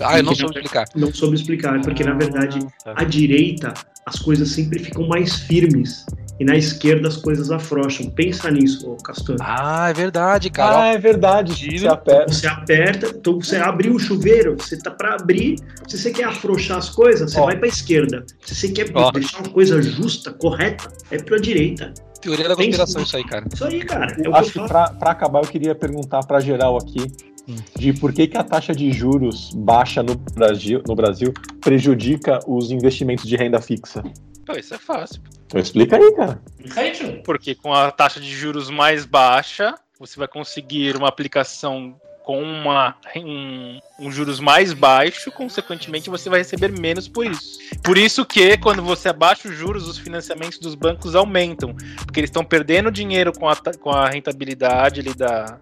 S5: Ah, eu não soube explicar.
S6: Não soube explicar, é porque na verdade
S4: Ah, tá.
S6: à direita as coisas sempre ficam mais firmes e na esquerda as coisas afrouxam. Pensa nisso, ô Castor.
S5: Ah, é verdade, cara.
S3: ah, é verdade. Você aperta.
S6: Você aperta, então você abriu o chuveiro, você tá para abrir. Se você quer afrouxar as coisas, você
S3: Ó.
S6: vai para esquerda. Se você quer
S5: Ó.
S6: deixar uma coisa justa, correta, é para direita.
S5: Teoria da conspiração, isso aí, cara.
S6: Isso aí, cara. É o
S3: Eu
S6: que eu
S3: Acho que
S6: falo.
S3: pra, pra acabar eu queria perguntar pra geral aqui
S5: Hum.
S3: de por que, que a taxa de juros baixa no Brasil, no Brasil prejudica os investimentos de renda fixa.
S4: Pô, isso é fácil.
S3: Então explica aí, cara.
S7: Fica aí, tio.
S4: Porque com a taxa de juros mais baixa, você vai conseguir uma aplicação com uma, um, um juros mais baixo, consequentemente você vai receber menos por isso. Por isso que quando você abaixa os juros, os financiamentos dos bancos aumentam, porque eles estão perdendo dinheiro com a, ta- com a rentabilidade ali da,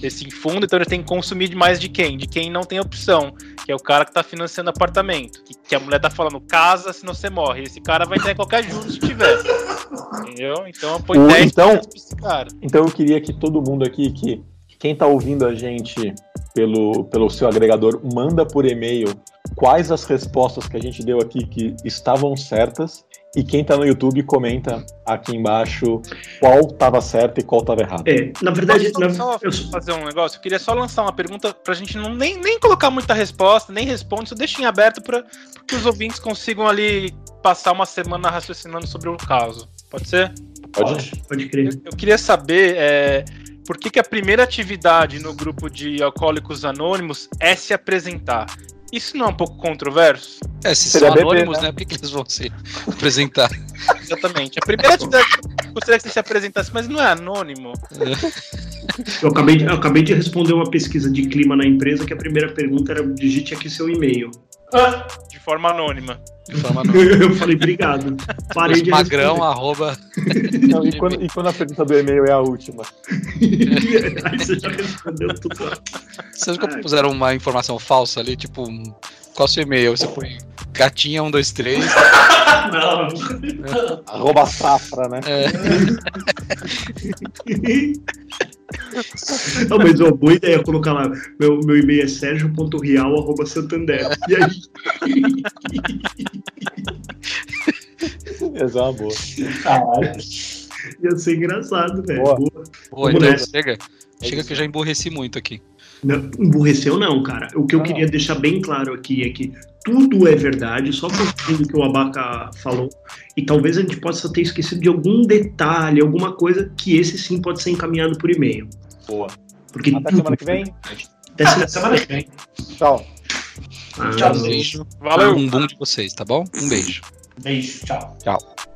S4: desse fundo, então eles têm que consumir de mais de quem? De quem não tem opção, que é o cara que está financiando apartamento, que, que a mulher tá falando, casa se você morre, esse cara vai ter qualquer juros que tiver. Entendeu? Então põe
S3: Ou
S4: 10
S3: então-
S4: pra esse cara.
S3: Então eu queria que todo mundo aqui, que quem tá ouvindo a gente pelo, pelo seu agregador, manda por e-mail quais as respostas que a gente deu aqui que estavam certas. E quem tá no YouTube comenta aqui embaixo qual tava certo e qual tava errado.
S6: É, na verdade,
S4: Posso
S6: na-
S4: só
S6: eu sou-
S4: fazer um negócio? Eu queria só lançar uma pergunta pra gente não nem, nem colocar muita resposta, nem responde, só deixa em aberto pra pra que os ouvintes consigam ali passar uma semana raciocinando sobre o caso. Pode ser?
S3: Pode?
S6: pode
S4: Eu,
S6: crer.
S4: eu queria saber é, por que, que a primeira atividade no grupo de alcoólicos anônimos é se apresentar. Isso não é um pouco controverso?
S5: É, se
S3: Seria
S5: são
S3: bebê,
S5: anônimos,
S3: né?
S5: né? Por que, que eles vão se apresentar?
S4: Exatamente. A primeira atividade que eu gostaria que você se apresentasse, mas não é anônimo.
S6: Eu acabei, de, eu acabei de responder uma pesquisa de clima na empresa que a primeira pergunta era digite aqui seu e-mail.
S7: Ah,
S4: De forma anônima.
S5: De forma anônima.
S6: Eu falei, obrigado. Parei de
S5: Magrão, arroba.
S3: Não, e, quando, e quando a pergunta do e-mail é a última?
S6: responder. Aí você já respondeu tudo.
S5: Vocês
S6: É.
S5: nunca puseram uma informação falsa ali, tipo, um, qual seu e-mail? Você põe gatinha 123.
S7: não.
S3: Arroba safra, né?
S6: Não, mas uma boa ideia é colocar lá. Meu, meu e-mail é sergio.rial.santander. E aí?
S3: Essa é uma boa.
S7: Caralho.
S6: Ia ser engraçado, velho.
S3: Boa.
S6: Boa.
S5: Pô,
S6: Vamos
S5: então
S6: nessa. É
S5: chega. Chega
S3: isso.
S5: que eu já emborreci muito aqui.
S6: Não, emburreceu não, cara. O que eu
S3: Não.
S6: queria deixar bem claro aqui é que tudo é verdade, só confirmando o que o Abaca falou. E talvez a gente possa ter esquecido de algum detalhe, alguma coisa que esse sim pode ser encaminhado por e-mail.
S3: Boa.
S6: Porque
S3: Até
S6: tudo-
S3: semana que vem.
S6: Até semana-
S7: Semana que vem.
S3: Tchau.
S6: Ah,
S7: Tchau,
S5: Um
S7: gente.
S5: beijo.
S4: Valeu!
S5: Um bom de vocês, tá bom? Um beijo.
S7: Beijo, tchau.